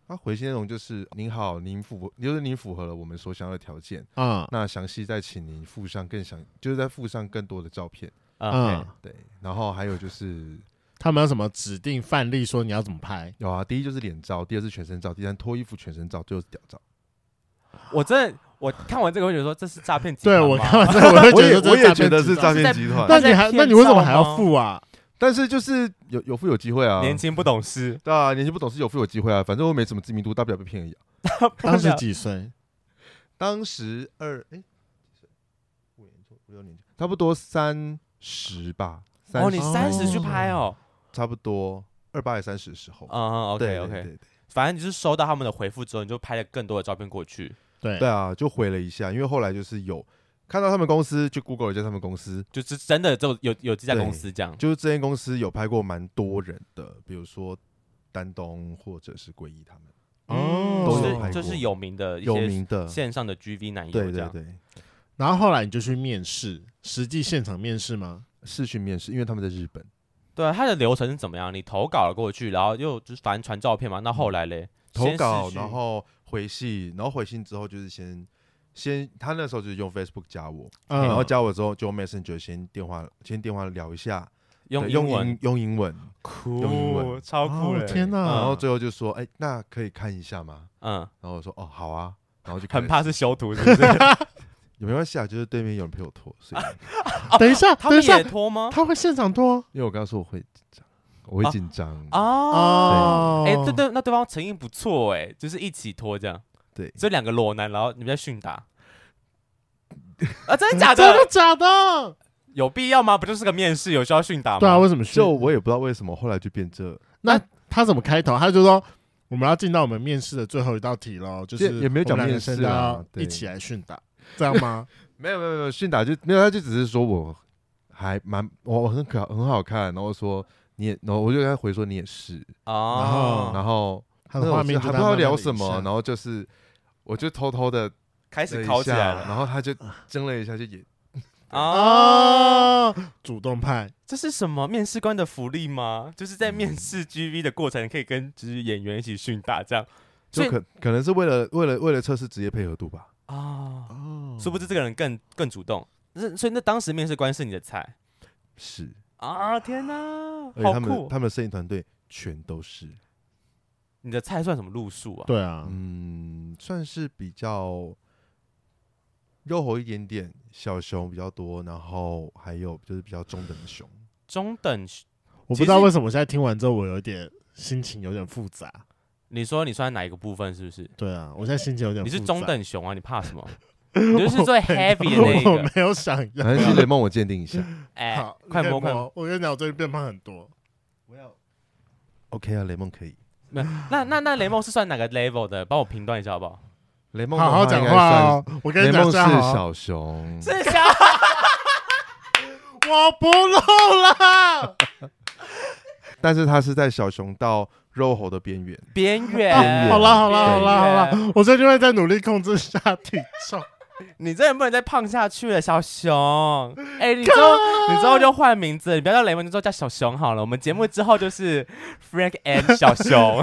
Speaker 3: 他回信内容就是：您好，您符，就是您符合了我们所想要的条件。
Speaker 1: 啊？
Speaker 3: 那详细再请您附上更详，就是再附上更多的照片。
Speaker 2: 嗯
Speaker 1: 嗯，
Speaker 3: 对，然后还有就是
Speaker 1: 他们有什么指定范例说你要怎么拍？
Speaker 3: 有啊，第一就是脸照，第二是全身照，第三脱衣服全身照，最后是屌照。
Speaker 2: 我真的我看完这个我就觉得说这是诈骗集团
Speaker 1: 对
Speaker 2: 吗，
Speaker 1: 我看完这个，我就
Speaker 3: 我
Speaker 1: 觉
Speaker 3: 也
Speaker 1: 得这
Speaker 3: 我也觉
Speaker 1: 骗
Speaker 3: 得
Speaker 1: 集
Speaker 3: 是
Speaker 1: 团
Speaker 3: 诈骗
Speaker 2: 骗
Speaker 3: 集
Speaker 2: 集
Speaker 3: 团
Speaker 2: 团，
Speaker 1: 那你还
Speaker 2: 在骗
Speaker 1: 那你为什么
Speaker 2: 照
Speaker 1: 还要
Speaker 2: 吗
Speaker 1: 付 啊？
Speaker 3: 但是就是有有富有机会啊，
Speaker 2: 年轻不懂事，
Speaker 3: 对啊，年轻不懂事有富有机会啊，反正我没什么知名度，大不了被骗而已啊、
Speaker 1: 当时几岁？
Speaker 3: 当时二哎，五年级五六年级，差不多三十吧，三
Speaker 2: 哦，
Speaker 3: 十、
Speaker 2: 你三十去拍哦，
Speaker 3: 差不多二八也三十的时候。
Speaker 2: 嗯嗯，OK
Speaker 3: 对
Speaker 2: OK，
Speaker 3: 对对
Speaker 2: 反正你是收到他们的回复之后，你就拍了更多的照片过去，
Speaker 1: 对
Speaker 3: 对啊，就回了一下，因为后来就是有看到他们公司，就 Google 了一下他们公司，
Speaker 2: 就是真的就有有这家
Speaker 3: 对
Speaker 2: 公司这样。
Speaker 3: 就是这间公司有拍过蛮多人的，比如说丹东或者是龟一他们
Speaker 1: 哦
Speaker 3: 都
Speaker 2: 就
Speaker 3: 有拍
Speaker 2: 是
Speaker 3: 过
Speaker 2: 就是有名的一
Speaker 3: 有
Speaker 2: 些
Speaker 3: 名的，
Speaker 2: 线上的 GV 男
Speaker 3: 对
Speaker 2: 友这
Speaker 3: 对
Speaker 2: 样。
Speaker 3: 对，
Speaker 1: 然后后来你就去面试，实际现场面试吗？
Speaker 3: 视讯面试，因为他们在日本，
Speaker 2: 对啊，它的流程是怎么样？你投稿了过去，然后又就是反正传照片嘛。那后来嘞，
Speaker 3: 嗯投
Speaker 2: 先
Speaker 3: 稿
Speaker 2: 试，训
Speaker 3: 然后回信，然后回信之后就是先先，他那时候就是用 Facebook 加我，
Speaker 1: 嗯
Speaker 3: 然后加哎我之后就用 Messenger 先电话先电话聊一下，
Speaker 2: 用
Speaker 3: 对
Speaker 2: 英
Speaker 3: 用
Speaker 2: 文，嗯
Speaker 3: 英用英文，
Speaker 2: 酷
Speaker 3: 用英文
Speaker 2: 超
Speaker 1: 哦
Speaker 2: 嘞
Speaker 3: 欸
Speaker 1: 天哪
Speaker 3: 然后
Speaker 2: 嗯
Speaker 3: 最后就说，哎，那可以看一下吗？
Speaker 2: 嗯，
Speaker 3: 然后我说，哦，好啊，然后就开
Speaker 2: 很
Speaker 3: 始
Speaker 2: 怕是修图，是不 是？
Speaker 3: 也没关系啊，就是对面有人陪我拖， 所以啊
Speaker 1: 等一下，
Speaker 2: 他
Speaker 1: 等一
Speaker 2: 们
Speaker 1: 下
Speaker 2: 也，脱吗？
Speaker 1: 他会现场脱
Speaker 3: 因为我刚刚说我会紧张，我会
Speaker 2: 啊
Speaker 3: 紧张，啊
Speaker 2: 哦，
Speaker 1: 哦。
Speaker 2: 哎，对，对，那对方成因不错哎，就是一起脱这样，
Speaker 3: 对，
Speaker 2: 这两个裸男，然后你们在训 打。啊，真的假
Speaker 1: 真的
Speaker 2: 的？
Speaker 1: 假的？
Speaker 2: 有必要吗？不就是个面试，有需要训打吗？
Speaker 1: 对啊，为什么是
Speaker 3: 就？我啊也不知道为什么后来就变这，
Speaker 1: 他怎么开头？他就说我们要进到我们面试的最后一道题喽，就是
Speaker 3: 也也没有
Speaker 1: 我
Speaker 3: 讲
Speaker 1: 们两个
Speaker 3: 面试啊
Speaker 1: 现在要
Speaker 3: 对
Speaker 1: 一起来训打，这样吗？
Speaker 3: 没有没有没有训打就没有，他就只是说我还蛮我我很可很好看，然后说你也，然后我就跟他回说你也是，
Speaker 2: 哦，
Speaker 3: 然后
Speaker 1: 他的画面
Speaker 3: 那我就还
Speaker 1: 就
Speaker 3: 不
Speaker 1: 慢
Speaker 3: 知道
Speaker 1: 慢地
Speaker 3: 聊
Speaker 1: 移
Speaker 3: 什么，
Speaker 1: 下
Speaker 3: 然后就是我就偷偷的
Speaker 2: 开
Speaker 3: 了
Speaker 2: 始
Speaker 3: 一
Speaker 2: 考起来
Speaker 3: 下，
Speaker 2: 了
Speaker 3: 然后他就争了一下就也
Speaker 2: 啊！
Speaker 1: 哦，主动派
Speaker 2: 这是什么面试官的福利吗？就是在面试 GV 的过程，可以跟就是演员一起训打这样所
Speaker 3: 就
Speaker 2: 以
Speaker 3: 可可能是为了为了为了测试职业配合度吧，
Speaker 2: 啊。
Speaker 1: 哦
Speaker 2: 殊不知这个人更更主动，那所以那当时面试官是你的菜
Speaker 3: 是，
Speaker 2: 啊！天哪，
Speaker 3: 而且
Speaker 2: 好
Speaker 3: 哎他们
Speaker 2: 酷！
Speaker 3: 他们摄影团队全都是。
Speaker 2: 你的菜算什么路数啊？
Speaker 1: 对啊，
Speaker 3: 嗯，算是比较肉猴一点点，小熊比较多，然后还有就是比较中等 的熊。
Speaker 2: 中等，
Speaker 1: 我不知道为什么我现在听完之后，我有点心情有点复杂。
Speaker 2: 你说你算哪一个部分？是不是？
Speaker 1: 对啊，我现在心情有点
Speaker 2: 你
Speaker 1: 复杂
Speaker 2: 是中， 等熊啊？你怕什么？你就是最 heavy 的那一
Speaker 1: 我
Speaker 2: 个。
Speaker 1: 没有想要。
Speaker 3: 反正得帮我鉴定一下。
Speaker 2: 哎
Speaker 1: 好，，
Speaker 2: 快
Speaker 1: 你可以
Speaker 2: 摸快摸！
Speaker 1: 摸！我跟你讲，我最近变胖很多。
Speaker 3: 我要 OK 啊，雷梦可以。
Speaker 2: 没有那那那雷梦是算哪个 level 的？帮我评断一下好不好？
Speaker 3: 雷梦
Speaker 1: 好好
Speaker 3: 的
Speaker 1: 讲
Speaker 3: 应该
Speaker 1: 话
Speaker 3: 算
Speaker 1: 哦！我跟
Speaker 3: 雷
Speaker 1: 你讲，哦
Speaker 3: 梦是
Speaker 1: 现在好
Speaker 3: 小熊，
Speaker 2: 是小
Speaker 1: 我不录 了。
Speaker 3: 但是他是在小熊到肉猴的边缘。
Speaker 2: 边
Speaker 3: 啊
Speaker 2: 缘。
Speaker 1: 好啦好啦好
Speaker 2: 边
Speaker 1: 啦好
Speaker 2: 缘
Speaker 1: 啦，我最近会在努力控制下体重。
Speaker 2: 你真的不能再胖下去了，小熊。哎、你之后你之后就换名字，你不要叫雷蒙，你之后叫小熊好了。我们节目之后就是 Frank and 小熊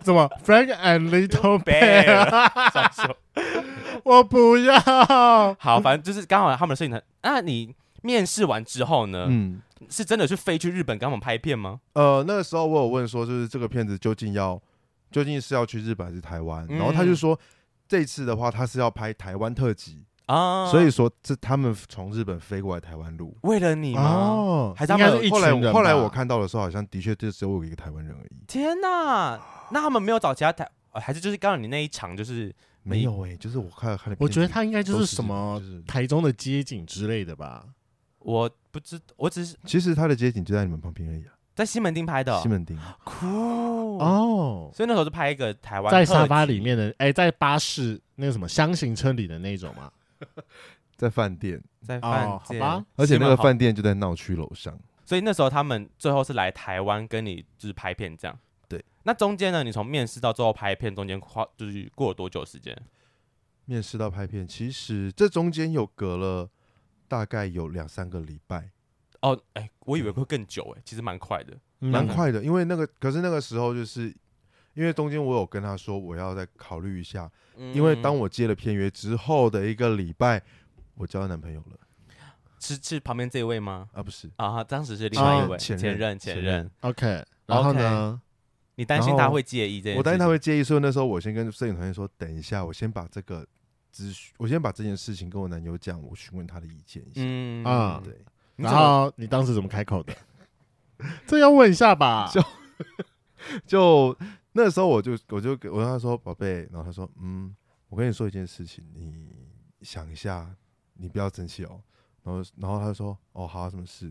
Speaker 1: 怎么 Frank and Little Bear？
Speaker 2: Bear，小熊。
Speaker 1: 我不要。
Speaker 2: 好，反正就是刚好他们的摄影团。那你面试完之后呢？
Speaker 3: 嗯，
Speaker 2: 是真的去飞去日本跟他们拍片吗？
Speaker 3: 呃，那个时候我有问说，就是这个片子究竟要究竟是要去日本还是台湾？然后他就
Speaker 2: 嗯
Speaker 3: 说，这一次的话他是要拍台湾特辑，
Speaker 1: 嗯
Speaker 2: 啊，
Speaker 3: 所以说这他们从日本飞过来台湾录。
Speaker 2: 为了你吗？
Speaker 1: 哦，
Speaker 2: 还是他
Speaker 1: 应
Speaker 2: 们
Speaker 1: 该是一
Speaker 3: 后来
Speaker 1: 群
Speaker 3: 我
Speaker 1: 人。
Speaker 3: 后来我，看到的时候，好像的确就只有我一个台湾人而已。
Speaker 2: 天哪！那他们没有找其他台，呃还是就是刚好你那一场就是
Speaker 3: 没有哎、就是我看了看了片子，
Speaker 1: 我觉得他应该就
Speaker 3: 都
Speaker 1: 是
Speaker 3: 是
Speaker 1: 什么
Speaker 3: 就是
Speaker 1: 台中的街景之类的吧。
Speaker 2: 我不知，我只是
Speaker 3: 其实他的街景就在你们旁边而已、啊。
Speaker 2: 在西门町拍的
Speaker 3: 西 门町，
Speaker 2: 酷
Speaker 1: 哦，
Speaker 2: 所以那时候就拍一个台湾
Speaker 1: 在沙发
Speaker 2: 特辑
Speaker 1: 里，面的，哎，在巴士那个什么箱型车里的那种嘛。
Speaker 3: 在饭店，
Speaker 2: 在
Speaker 1: 哦
Speaker 2: 饭，
Speaker 1: 好
Speaker 2: 店，
Speaker 1: 吧。
Speaker 3: 而且那个
Speaker 2: 西门
Speaker 3: 饭店就在闹区楼上。
Speaker 2: 好，所以那时候他们最后是来台湾跟你就是拍片这样。
Speaker 3: 对，
Speaker 2: 那中间呢，你从面试到最后拍片中间花就是过了多久时间？
Speaker 3: 面试到拍片，其实这中间有隔了大概有两三个礼拜，
Speaker 2: 哦，哎、我以为会更久哎、其实蛮快的。
Speaker 3: 蛮
Speaker 1: 嗯
Speaker 3: 快的。因为那个，可是那个时候就是因为中间我有跟他说我要再考虑一下，嗯因为当
Speaker 2: 我
Speaker 3: 我接了片约之后的一个礼拜，我交男朋友了
Speaker 2: 是是旁边这一位吗？
Speaker 3: 啊，不是
Speaker 2: 啊，当时是另外一位
Speaker 3: 前任
Speaker 2: 前任
Speaker 3: 前
Speaker 2: 前
Speaker 3: 任
Speaker 2: 任，
Speaker 1: OK，然后呢？
Speaker 2: 你担心
Speaker 3: 然后
Speaker 2: 他会介意这件事？
Speaker 3: 我担心他。会介意，所以那时候我先跟摄影团队说，等一下，我先把这个咨询，我先把这件事情跟我男友讲，我询问他的意见一下。
Speaker 2: 嗯
Speaker 1: 啊
Speaker 3: 对，
Speaker 2: 你
Speaker 1: 然
Speaker 2: 怎么
Speaker 1: 后你当时怎么开口的？这要问一下吧。
Speaker 3: 就就那时候我就我就给我跟他说宝贝，然后他说嗯，我跟你说一件事情，你想一下，你不要生气哦。”然后，然后他就说：“哦，好啊、什么事？”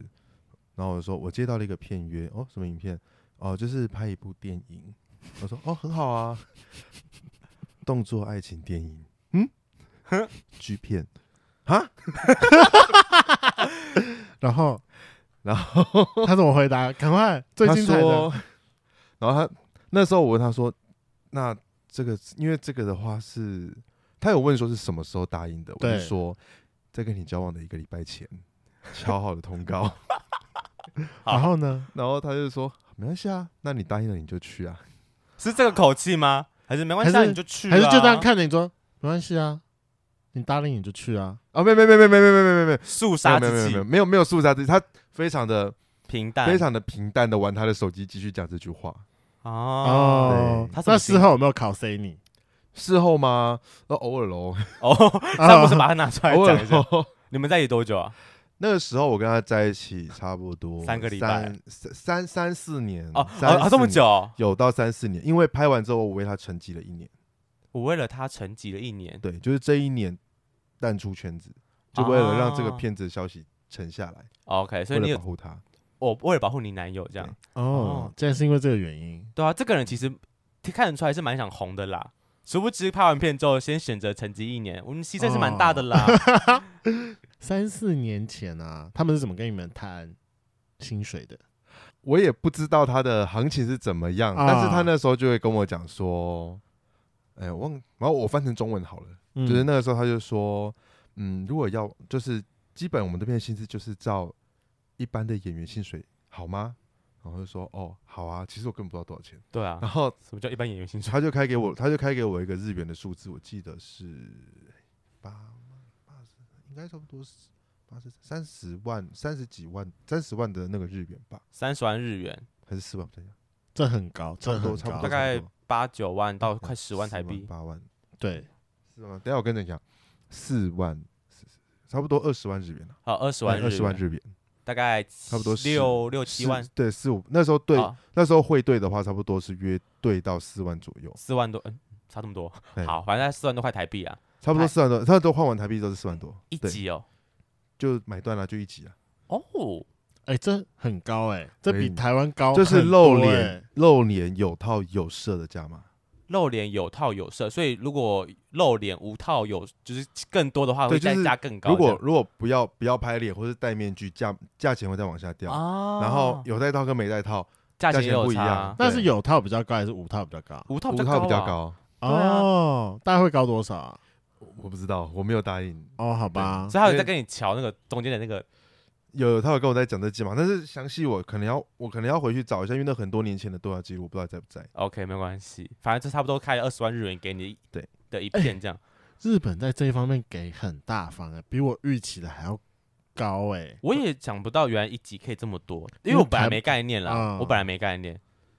Speaker 3: 然后我就说：“我接到了一个片约，哦，什么影片？哦，就是拍一部电影。”我说：“哦，很好啊，动作爱情电影，嗯，G 片啊。
Speaker 1: 然后”
Speaker 3: 然后
Speaker 1: 他怎么回答？赶快，最
Speaker 3: 他
Speaker 1: 精彩的
Speaker 3: 说，然后他那时候我问他说：“那这个因为这个的话是，他有问说是什么时候答应的？”我就
Speaker 1: 对
Speaker 3: 说：“在跟你交往的一个礼拜前，敲好了通告。
Speaker 2: 好
Speaker 1: 然后呢？”
Speaker 3: 然后他就说：“没关系啊，那你答应了你就去啊。
Speaker 2: 是这个口气吗？还是没关系啊，
Speaker 1: 还是
Speaker 2: 你就去啊，
Speaker 1: 还是就这样看着你说，没关系啊，你答应你就去啊。”
Speaker 3: 啊，没没没没没没没没没没
Speaker 2: 肃杀
Speaker 3: 没有
Speaker 2: 自
Speaker 3: 没有没有
Speaker 2: 己，
Speaker 3: 没有没有肃杀自己，他非常的
Speaker 2: 平淡，
Speaker 3: 非常的平淡的玩他的手机，继续讲这句话。
Speaker 2: 哦
Speaker 1: 哦
Speaker 2: 对他，什么
Speaker 1: 那
Speaker 2: 心
Speaker 1: 事后有没有考 C 你？
Speaker 3: 事后吗？那偶尔喽，
Speaker 2: 哦，詹姆斯把它拿出来
Speaker 3: 偶尔
Speaker 2: 讲一下。哦
Speaker 3: 咯。
Speaker 2: 你们在一起多久啊？
Speaker 3: 那个时候我跟他在一起差不多
Speaker 2: 三个礼拜
Speaker 3: 三三三三四年
Speaker 2: 哦
Speaker 3: 三
Speaker 2: 哦，哦这么
Speaker 3: 四年
Speaker 2: 久哦，
Speaker 3: 有到三四年，因为拍完之后我为他沉寂了一年，
Speaker 2: 我为了他沉寂了一年，
Speaker 3: 对，就是这一年淡出圈子，就为了让这个
Speaker 2: 啊
Speaker 3: 片子的消息沉下来，
Speaker 2: 哦 OK，所以啊
Speaker 3: 为
Speaker 2: 你有
Speaker 3: 了保护他。
Speaker 2: 我为了保护你男友这样，
Speaker 1: 哦
Speaker 2: 哦，
Speaker 1: 竟然是因为这个原因。
Speaker 2: 对啊，这个人其实看得出来是蛮想红的啦。殊不知拍完片之后，先选择沉寂一年，我们牺牲是蛮大的 啦。
Speaker 1: 哦 三四年前啊，他们是怎么跟你们谈薪水的？
Speaker 3: 我也不知道他的行情是怎么样，
Speaker 1: 啊
Speaker 3: 但是他那时候就会跟我讲说，哎，我忘，然后我翻成中文好了，
Speaker 1: 嗯
Speaker 3: 就是那个时候他就说，嗯，如果要就是基本我们这边的薪资就是照一般的演员薪水好吗？然后我就说哦好啊，其实我根本不知道多少钱。
Speaker 2: 对啊，
Speaker 3: 然后
Speaker 2: 什么叫一般演员薪水？
Speaker 3: 他就开给
Speaker 2: 嗯
Speaker 3: 我，他就开给我一个日元的数字，我记得是八万八十，应该差不多是八十三十万三十几万三十万的那个日元吧，
Speaker 2: 三十万日元，
Speaker 3: 还是四万？等一下，
Speaker 1: 这很高，这
Speaker 3: 差不多
Speaker 1: 很
Speaker 3: 差不
Speaker 1: 高
Speaker 2: 嗯大
Speaker 3: 多。
Speaker 2: 概八九万到快十万台币。
Speaker 3: 八万
Speaker 1: 对，
Speaker 3: 四万。等一下我跟你讲，四万差不多二十万日元了，啊
Speaker 2: 好，二十万日
Speaker 3: 哎二
Speaker 2: 元，
Speaker 3: 十万日元，
Speaker 2: 大概
Speaker 3: 差不多十
Speaker 2: 六六七万
Speaker 3: 四，对四五那时候对
Speaker 2: 啊
Speaker 3: 那时候汇兑的话，差不多是约兑到四万左右，
Speaker 2: 四万多，嗯，差这么多
Speaker 3: 对。
Speaker 2: 好，反正四万多块台币啊，
Speaker 3: 差不多
Speaker 2: 哎
Speaker 3: 四万多，差不多换完台币都是四万多，
Speaker 2: 一
Speaker 3: 对，
Speaker 2: 集哦，
Speaker 3: 就买断了，就一起啊。
Speaker 2: 哦，
Speaker 1: 哎，这很高哎，这
Speaker 3: 所
Speaker 1: 比
Speaker 3: 以
Speaker 1: 台湾高，哎
Speaker 3: 就是露脸。露脸有套有色的价码，
Speaker 2: 露脸有套有色，所以如果露脸无套有，就是更多的话
Speaker 3: 对
Speaker 2: 会再
Speaker 3: 就是
Speaker 2: 加更高
Speaker 3: 如
Speaker 2: 这样。
Speaker 3: 果如果不要不要拍脸或是戴面具，价价钱会再往下掉。
Speaker 2: 啊，
Speaker 3: 然后有戴套跟没戴套，
Speaker 2: 价
Speaker 3: 价
Speaker 2: 钱也
Speaker 3: 钱
Speaker 2: 有
Speaker 3: 不一
Speaker 2: 差啊
Speaker 3: 样
Speaker 1: 那是有套比较高还是无套比较高？
Speaker 2: 无套
Speaker 3: 五
Speaker 2: 比较
Speaker 3: 套比较
Speaker 2: 啊，
Speaker 3: 高。
Speaker 2: 对啊
Speaker 1: 哦，大概会高多少啊？
Speaker 3: 我我不知道，我没有答应。
Speaker 1: 哦，好吧，
Speaker 2: 所以他有
Speaker 3: 因
Speaker 2: 在
Speaker 3: 为
Speaker 2: 跟你瞧那个中间的那个
Speaker 3: 有有他有跟我在讲这计码，但是详细我可能要我可能要回去找一下，因为那很多年前的对话记录，我不知道在不在。
Speaker 2: OK 没关系，反正就差不多开了二十万日元给你
Speaker 3: 对
Speaker 2: 的一片这样。
Speaker 1: 日本在这一方面给很大方哎，比我预期的还要高哎。
Speaker 2: 我也想不到原来一集可以这么多，
Speaker 1: 因
Speaker 2: 因为
Speaker 1: 为
Speaker 2: 我本来
Speaker 1: 台
Speaker 2: 没概念啦，
Speaker 1: 嗯
Speaker 2: 我本来没概念，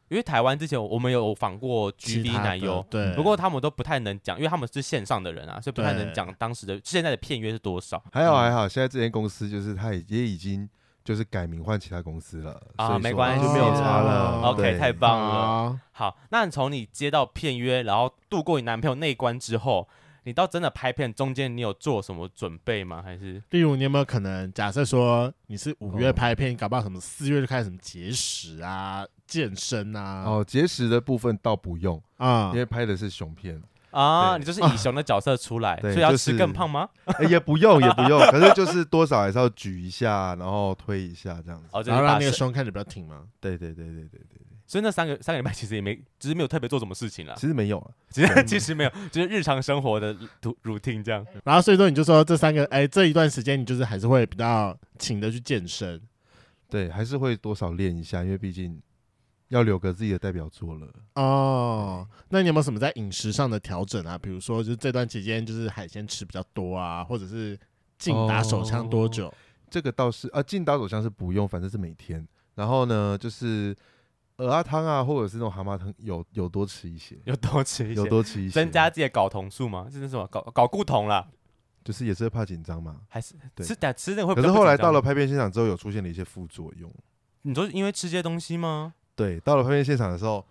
Speaker 2: 因为台湾之前我们有访过
Speaker 1: 其
Speaker 2: GB
Speaker 1: 他的
Speaker 2: 男优，
Speaker 1: 对，
Speaker 2: 不过他们都不太能讲，因为他们是线上的人啊，所以不太能
Speaker 1: 对
Speaker 2: 讲当时的现在的片约是多少
Speaker 3: 还好还好，现在这间公司就是他也也已经就是改名换其他公司了
Speaker 2: 啊
Speaker 3: 所以说
Speaker 2: 没关
Speaker 1: 系
Speaker 3: 就没有差了。
Speaker 1: 哦
Speaker 2: OK，
Speaker 3: 对
Speaker 2: 太棒了
Speaker 1: 好。啊
Speaker 2: 好，那你从你接到片约，然后度过你男朋友那一关之后，你到真的拍片中间，你有做什么准备吗？还是
Speaker 1: 例如，你有没有可能假设说你是五月
Speaker 3: 哦
Speaker 1: 拍片，搞不好什么四月就开始什么节食啊、健身啊
Speaker 3: 哦，节食的部分倒不用，
Speaker 1: 啊
Speaker 3: 因，为拍的是熊片，
Speaker 2: 啊，
Speaker 3: 对
Speaker 2: 你就是以熊的角色出来，
Speaker 3: 对
Speaker 2: 所以要
Speaker 3: 就
Speaker 2: 吃
Speaker 3: 是
Speaker 2: 更胖吗？
Speaker 3: 哎也不用也不用， 可是就是多少还是要举一下，然后推一下这样子。
Speaker 2: 哦，就
Speaker 1: 然后
Speaker 2: 是
Speaker 1: 让
Speaker 2: 把
Speaker 1: 那个
Speaker 2: 身，
Speaker 1: 胸看起来比较挺嘛。
Speaker 3: 对对对对对对，
Speaker 2: 所以那三个三个礼拜其实也没，只是没有特别做什么事情啦，
Speaker 3: 其实没有啊，
Speaker 2: 其实 其实没有，就是日常生活的 routine 这样。
Speaker 1: 然后所以说你就说这三个，哎，这一段时间你就是还是会比较勤的去健身，
Speaker 3: 对，还是会多少练一下，因为毕竟要留个自己的代表作了。
Speaker 1: 哦，那你有没有什么在饮食上的调整啊？比如说，就是这段期间就是海鲜吃比较多啊，或者是禁打手枪多久？
Speaker 3: 这个倒是啊，进刀手枪是不用，反正是每天。然后呢，就是鹅啊汤啊，或者是那种蛤蟆汤，有有多吃一些，
Speaker 2: 有多吃一
Speaker 3: 有
Speaker 2: 些，
Speaker 3: 多吃一些，
Speaker 2: 增加自己的睾酮素吗？这是什么睾睾固酮啦？
Speaker 3: 就是也是会怕紧张嘛。
Speaker 2: 还是
Speaker 3: 对
Speaker 2: 吃但吃那个会比
Speaker 3: 可
Speaker 2: 较
Speaker 3: 是
Speaker 2: 不
Speaker 3: 后来
Speaker 2: 紧张
Speaker 3: 到了
Speaker 2: 吗，
Speaker 3: 拍片现场之后，有出现了一些副作用。
Speaker 2: 你说是因为吃这些东西吗？
Speaker 3: 对，到了拍片现场的时候，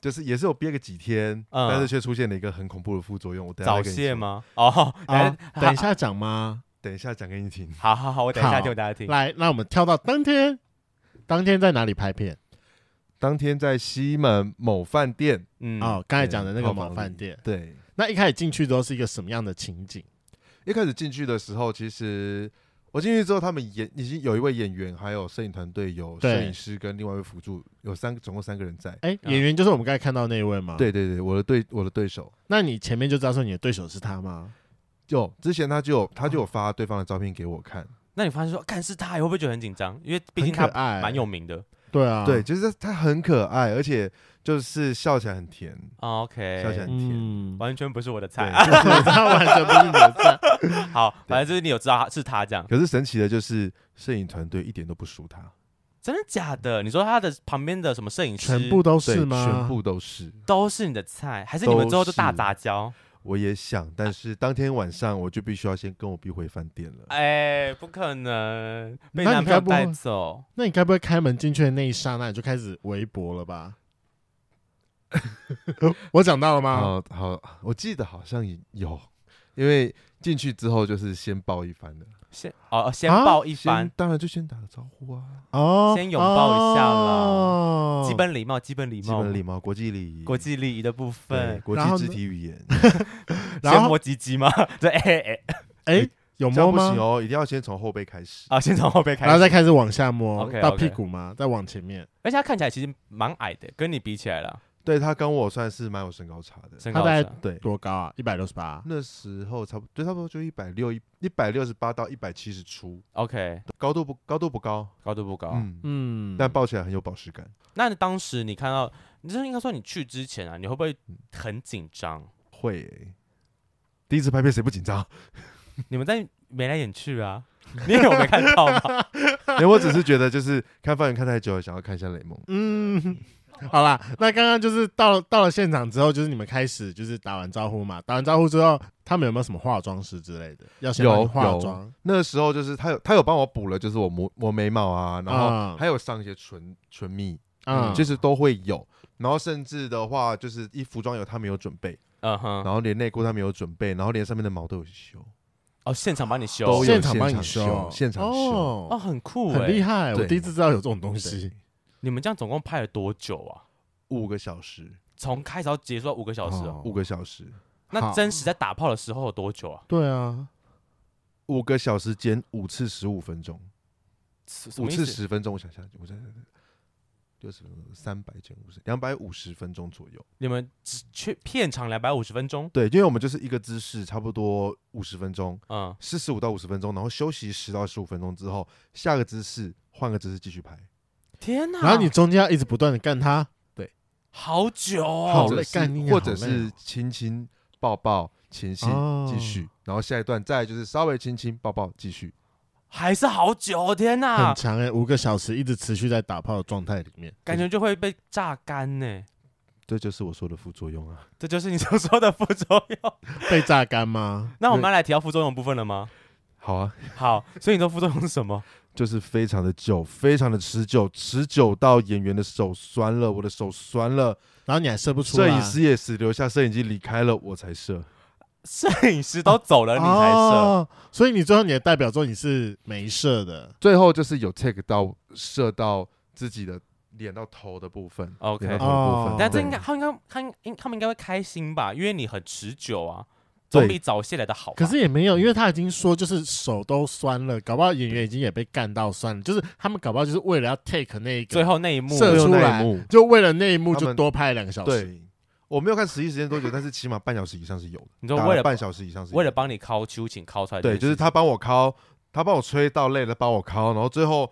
Speaker 3: 就是也是有憋个几天，
Speaker 2: 嗯
Speaker 3: 但是却出现了一个很恐怖的副作用。我等一下
Speaker 2: 早
Speaker 3: 再跟你
Speaker 2: 泄
Speaker 3: 说？
Speaker 2: 吗？ 哦，
Speaker 1: 啊
Speaker 2: 哎，
Speaker 1: 等一下讲吗？
Speaker 3: 等一下讲给你听。
Speaker 2: 好好好，我等一下
Speaker 1: 好
Speaker 2: 就大家听。
Speaker 1: 来，那我们跳到当天，当天在哪里拍片？
Speaker 3: 当天在西门某饭店，
Speaker 2: 嗯，
Speaker 1: 哦，刚才讲的那个
Speaker 3: 套房
Speaker 1: 某饭
Speaker 3: 里
Speaker 1: 店。
Speaker 3: 对，
Speaker 1: 那一开始进去之后是一个什么样的情景？
Speaker 3: 一开始进去的时候，其实我进去之后，他们演已经有一位演员，还有摄影团队，有
Speaker 1: 对
Speaker 3: 摄影师跟另外一位辅助，有三个，总共三个人在。
Speaker 1: 哎、
Speaker 2: 嗯
Speaker 1: 演员就是我们刚才看到那一位吗？，
Speaker 3: 对对对，我的对我的对手，
Speaker 1: 那你前面就知道说你的对手是他吗？
Speaker 3: 就之前他就有他
Speaker 2: 嗯
Speaker 3: 就有发对方的照片给我看，
Speaker 2: 那你发现说，看是他，会不会觉得很紧张？因为毕竟
Speaker 1: 很可
Speaker 2: 他
Speaker 1: 爱，
Speaker 2: 蛮有名的。
Speaker 1: 对啊，
Speaker 3: 对，就是他他很可爱，而且就是笑起来很甜，
Speaker 2: 哦
Speaker 3: 笑起来
Speaker 2: OK，
Speaker 3: 很甜。
Speaker 1: 嗯，
Speaker 2: 完全不是我的菜。
Speaker 3: 对，就是
Speaker 1: 他完全不是你的菜。
Speaker 2: 好，反正就是你有知道他是他这样，
Speaker 3: 可是神奇的就是摄影团队一点都不输他，
Speaker 2: 真的假的？你说他的旁边的什么摄影师，
Speaker 1: 全部都
Speaker 3: 对
Speaker 1: 是吗？
Speaker 3: 全部都是。
Speaker 2: 都是你的菜，还是你们之后就大
Speaker 3: 都是
Speaker 2: 杂交？
Speaker 3: 我也想，但是当天晚上我就必须要先跟我 B 回饭店了。
Speaker 2: 哎，不可能被
Speaker 1: 那你
Speaker 2: 男朋友
Speaker 1: 该不会
Speaker 2: 带走。
Speaker 1: 那你该不会开门进去的那一刹那你就开始围脖了吧？ 我讲到了吗？
Speaker 3: 好好，我记得好像也有，因为进去之后就是先抱一番的，
Speaker 2: 先哦，先
Speaker 1: 啊
Speaker 2: 抱一
Speaker 3: 先
Speaker 2: 番，
Speaker 3: 当然就先打个招呼啊，
Speaker 1: 哦，
Speaker 2: 先拥抱一下啦
Speaker 1: 哦
Speaker 2: 基本礼貌，基本礼
Speaker 3: 基
Speaker 2: 貌，
Speaker 3: 本礼貌，国际礼仪，
Speaker 2: 国际礼仪的部
Speaker 3: 对
Speaker 2: 分，
Speaker 3: 国
Speaker 1: 然后
Speaker 3: 际肢
Speaker 1: 呢
Speaker 3: 体语 言，
Speaker 1: 然
Speaker 2: 先
Speaker 1: 后
Speaker 2: 摸鸡鸡吗？ 对，哎哎哎，
Speaker 1: 哎、有
Speaker 3: 这样
Speaker 1: 摸
Speaker 3: 不
Speaker 1: 吗
Speaker 3: 行？哦，一定要先从后背开始。
Speaker 2: 啊，先从后背开
Speaker 1: 然后再
Speaker 2: 始。
Speaker 1: 开始往下摸
Speaker 2: OK，OK
Speaker 1: 到屁股吗？再往前面，
Speaker 2: 而且他看起来其实蛮矮的，跟你比起来了，
Speaker 3: 对他跟我算是蛮有身高差的，
Speaker 2: 身
Speaker 1: 他
Speaker 2: 高
Speaker 1: 大概
Speaker 2: 上
Speaker 3: 对，
Speaker 1: 多高啊？一百六十八。
Speaker 3: 那时候差不对，差不多就一百六一一百六十八到一百七十出，
Speaker 2: OK，
Speaker 3: 高度不高度不高，
Speaker 2: 高度不高。
Speaker 3: 嗯，
Speaker 1: 嗯，
Speaker 3: 但抱起来很有饱食感，
Speaker 2: 那你当时你看到，你就是应该说你去之前啊，你会不会很紧张？
Speaker 3: 会欸。第一次拍片谁不紧张？
Speaker 2: 你们在眉来眼去啊， 你有没看到 吗？
Speaker 3: 因为我只是觉得就是看放眼看太久了，想要看一下雷蒙。
Speaker 1: 嗯， 好啦，那刚刚就是到了到了现场之后，就是你们开始就是打完招呼嘛，打完招呼之后，他们有没有什么化妆师之类的？要先
Speaker 3: 有
Speaker 1: 帮你化
Speaker 3: 有
Speaker 1: 妆，
Speaker 3: 那时候就是他有他有帮我补了，就是我磨磨眉毛啊，然
Speaker 1: 啊
Speaker 3: 后还有上一些唇唇蜜，
Speaker 1: 嗯，
Speaker 3: 就是都会有。然后甚至的话，就是一服装有他没有准备，
Speaker 2: 嗯哼，
Speaker 3: 然后连内裤他没有准备，然后连上面的毛都有修，
Speaker 2: 哦，现场帮你修，
Speaker 3: 都有
Speaker 1: 现场
Speaker 3: 现
Speaker 1: 帮你
Speaker 3: 场
Speaker 1: 修
Speaker 3: 修，现场修
Speaker 2: 哦，
Speaker 1: 哦，
Speaker 2: 很酷
Speaker 1: 很厉
Speaker 2: 哎！
Speaker 1: 害，我
Speaker 3: 对
Speaker 1: 第一次知道有这种东西
Speaker 3: 对。
Speaker 2: 你们这样总共拍了多久啊？
Speaker 3: 五个小时，
Speaker 2: 从开始到结束要五个小时哦，
Speaker 3: 五个小时，
Speaker 2: 那
Speaker 1: 好
Speaker 2: 真实在打炮的时候有多久啊？
Speaker 1: 对啊，
Speaker 3: 五个小时减五次十五分钟，
Speaker 2: 什什
Speaker 3: 五
Speaker 2: 么意
Speaker 3: 次
Speaker 2: 思
Speaker 3: 十分钟，我想想，我想想，六十分钟，三百减五十，两百五十分钟左右。
Speaker 2: 你们只去片场两百五十分钟，
Speaker 3: 对，因为我们就是一个姿势，差不多五十分钟，
Speaker 2: 嗯，
Speaker 3: 四十五到五十分钟，然后休息十到十五分钟之后，下个姿势换个姿势继续拍。
Speaker 2: 天哪！
Speaker 1: 然后你中间要一直不断的干他，
Speaker 2: 好久
Speaker 1: 好
Speaker 2: 哦，
Speaker 3: 或者
Speaker 1: 累
Speaker 3: 是
Speaker 1: 干你娘
Speaker 3: 或
Speaker 1: 好
Speaker 3: 者
Speaker 1: 累
Speaker 3: 是
Speaker 1: 哦
Speaker 3: 亲亲抱抱前戏
Speaker 1: 哦
Speaker 3: 继续，然后下一段再来就是稍微亲亲抱抱继续。
Speaker 2: 还是好久，哦天
Speaker 1: 很
Speaker 2: 哪！
Speaker 1: 长哎，五个小时一直持续在打炮的状态里面，
Speaker 2: 感觉就会被榨干呢。
Speaker 3: 这就是我说的副作用啊！
Speaker 2: 这就是你所说的副作用。
Speaker 1: 被榨干吗？
Speaker 2: 那我们要来提到副作用的部分了 吗？
Speaker 3: 好啊，
Speaker 2: 好，所以你说副作用是什么？
Speaker 3: 就是非常的久，非常的持久，持久到演员的手酸了，我的手酸了，
Speaker 1: 然后你还射不出来，
Speaker 3: 摄影师也只留下摄影机离开了，我才射。
Speaker 2: 摄影师都走了，你才射。
Speaker 1: 哦，所以你最后你的代表作你是没射的，
Speaker 3: 最后就是有 take 到射到自己的脸到头的部分
Speaker 2: OK
Speaker 3: 脸到头的部
Speaker 1: 哦
Speaker 3: 分。
Speaker 2: 但这
Speaker 3: 对
Speaker 2: 应该，他应该，他应，他们应该会开心吧？因为你很持久啊，
Speaker 3: 对
Speaker 2: 总比早泄来的好吧。
Speaker 1: 可是也没有，因为他已经说就是手都酸了，搞不好演员已经也被干到酸了，就是他们搞不好就是为了要 take 那一
Speaker 2: 最
Speaker 1: 个，
Speaker 2: 后那一幕，
Speaker 1: 射
Speaker 3: 最后
Speaker 1: 出
Speaker 3: 那一
Speaker 1: 来
Speaker 3: 幕
Speaker 1: 就为了那一幕
Speaker 3: 他
Speaker 1: 就
Speaker 3: 们
Speaker 1: 多拍了两个小时。
Speaker 3: 对，我没有看实际时间多久，但是起码半小时以上是有的。
Speaker 2: 你说
Speaker 3: 打
Speaker 2: 为了
Speaker 3: 半小时以上是有的
Speaker 2: 为了帮你敲秋请敲出来这件
Speaker 3: 对，
Speaker 2: 事情，
Speaker 3: 就是他帮我敲，他帮我吹到累了，帮我敲，然后最后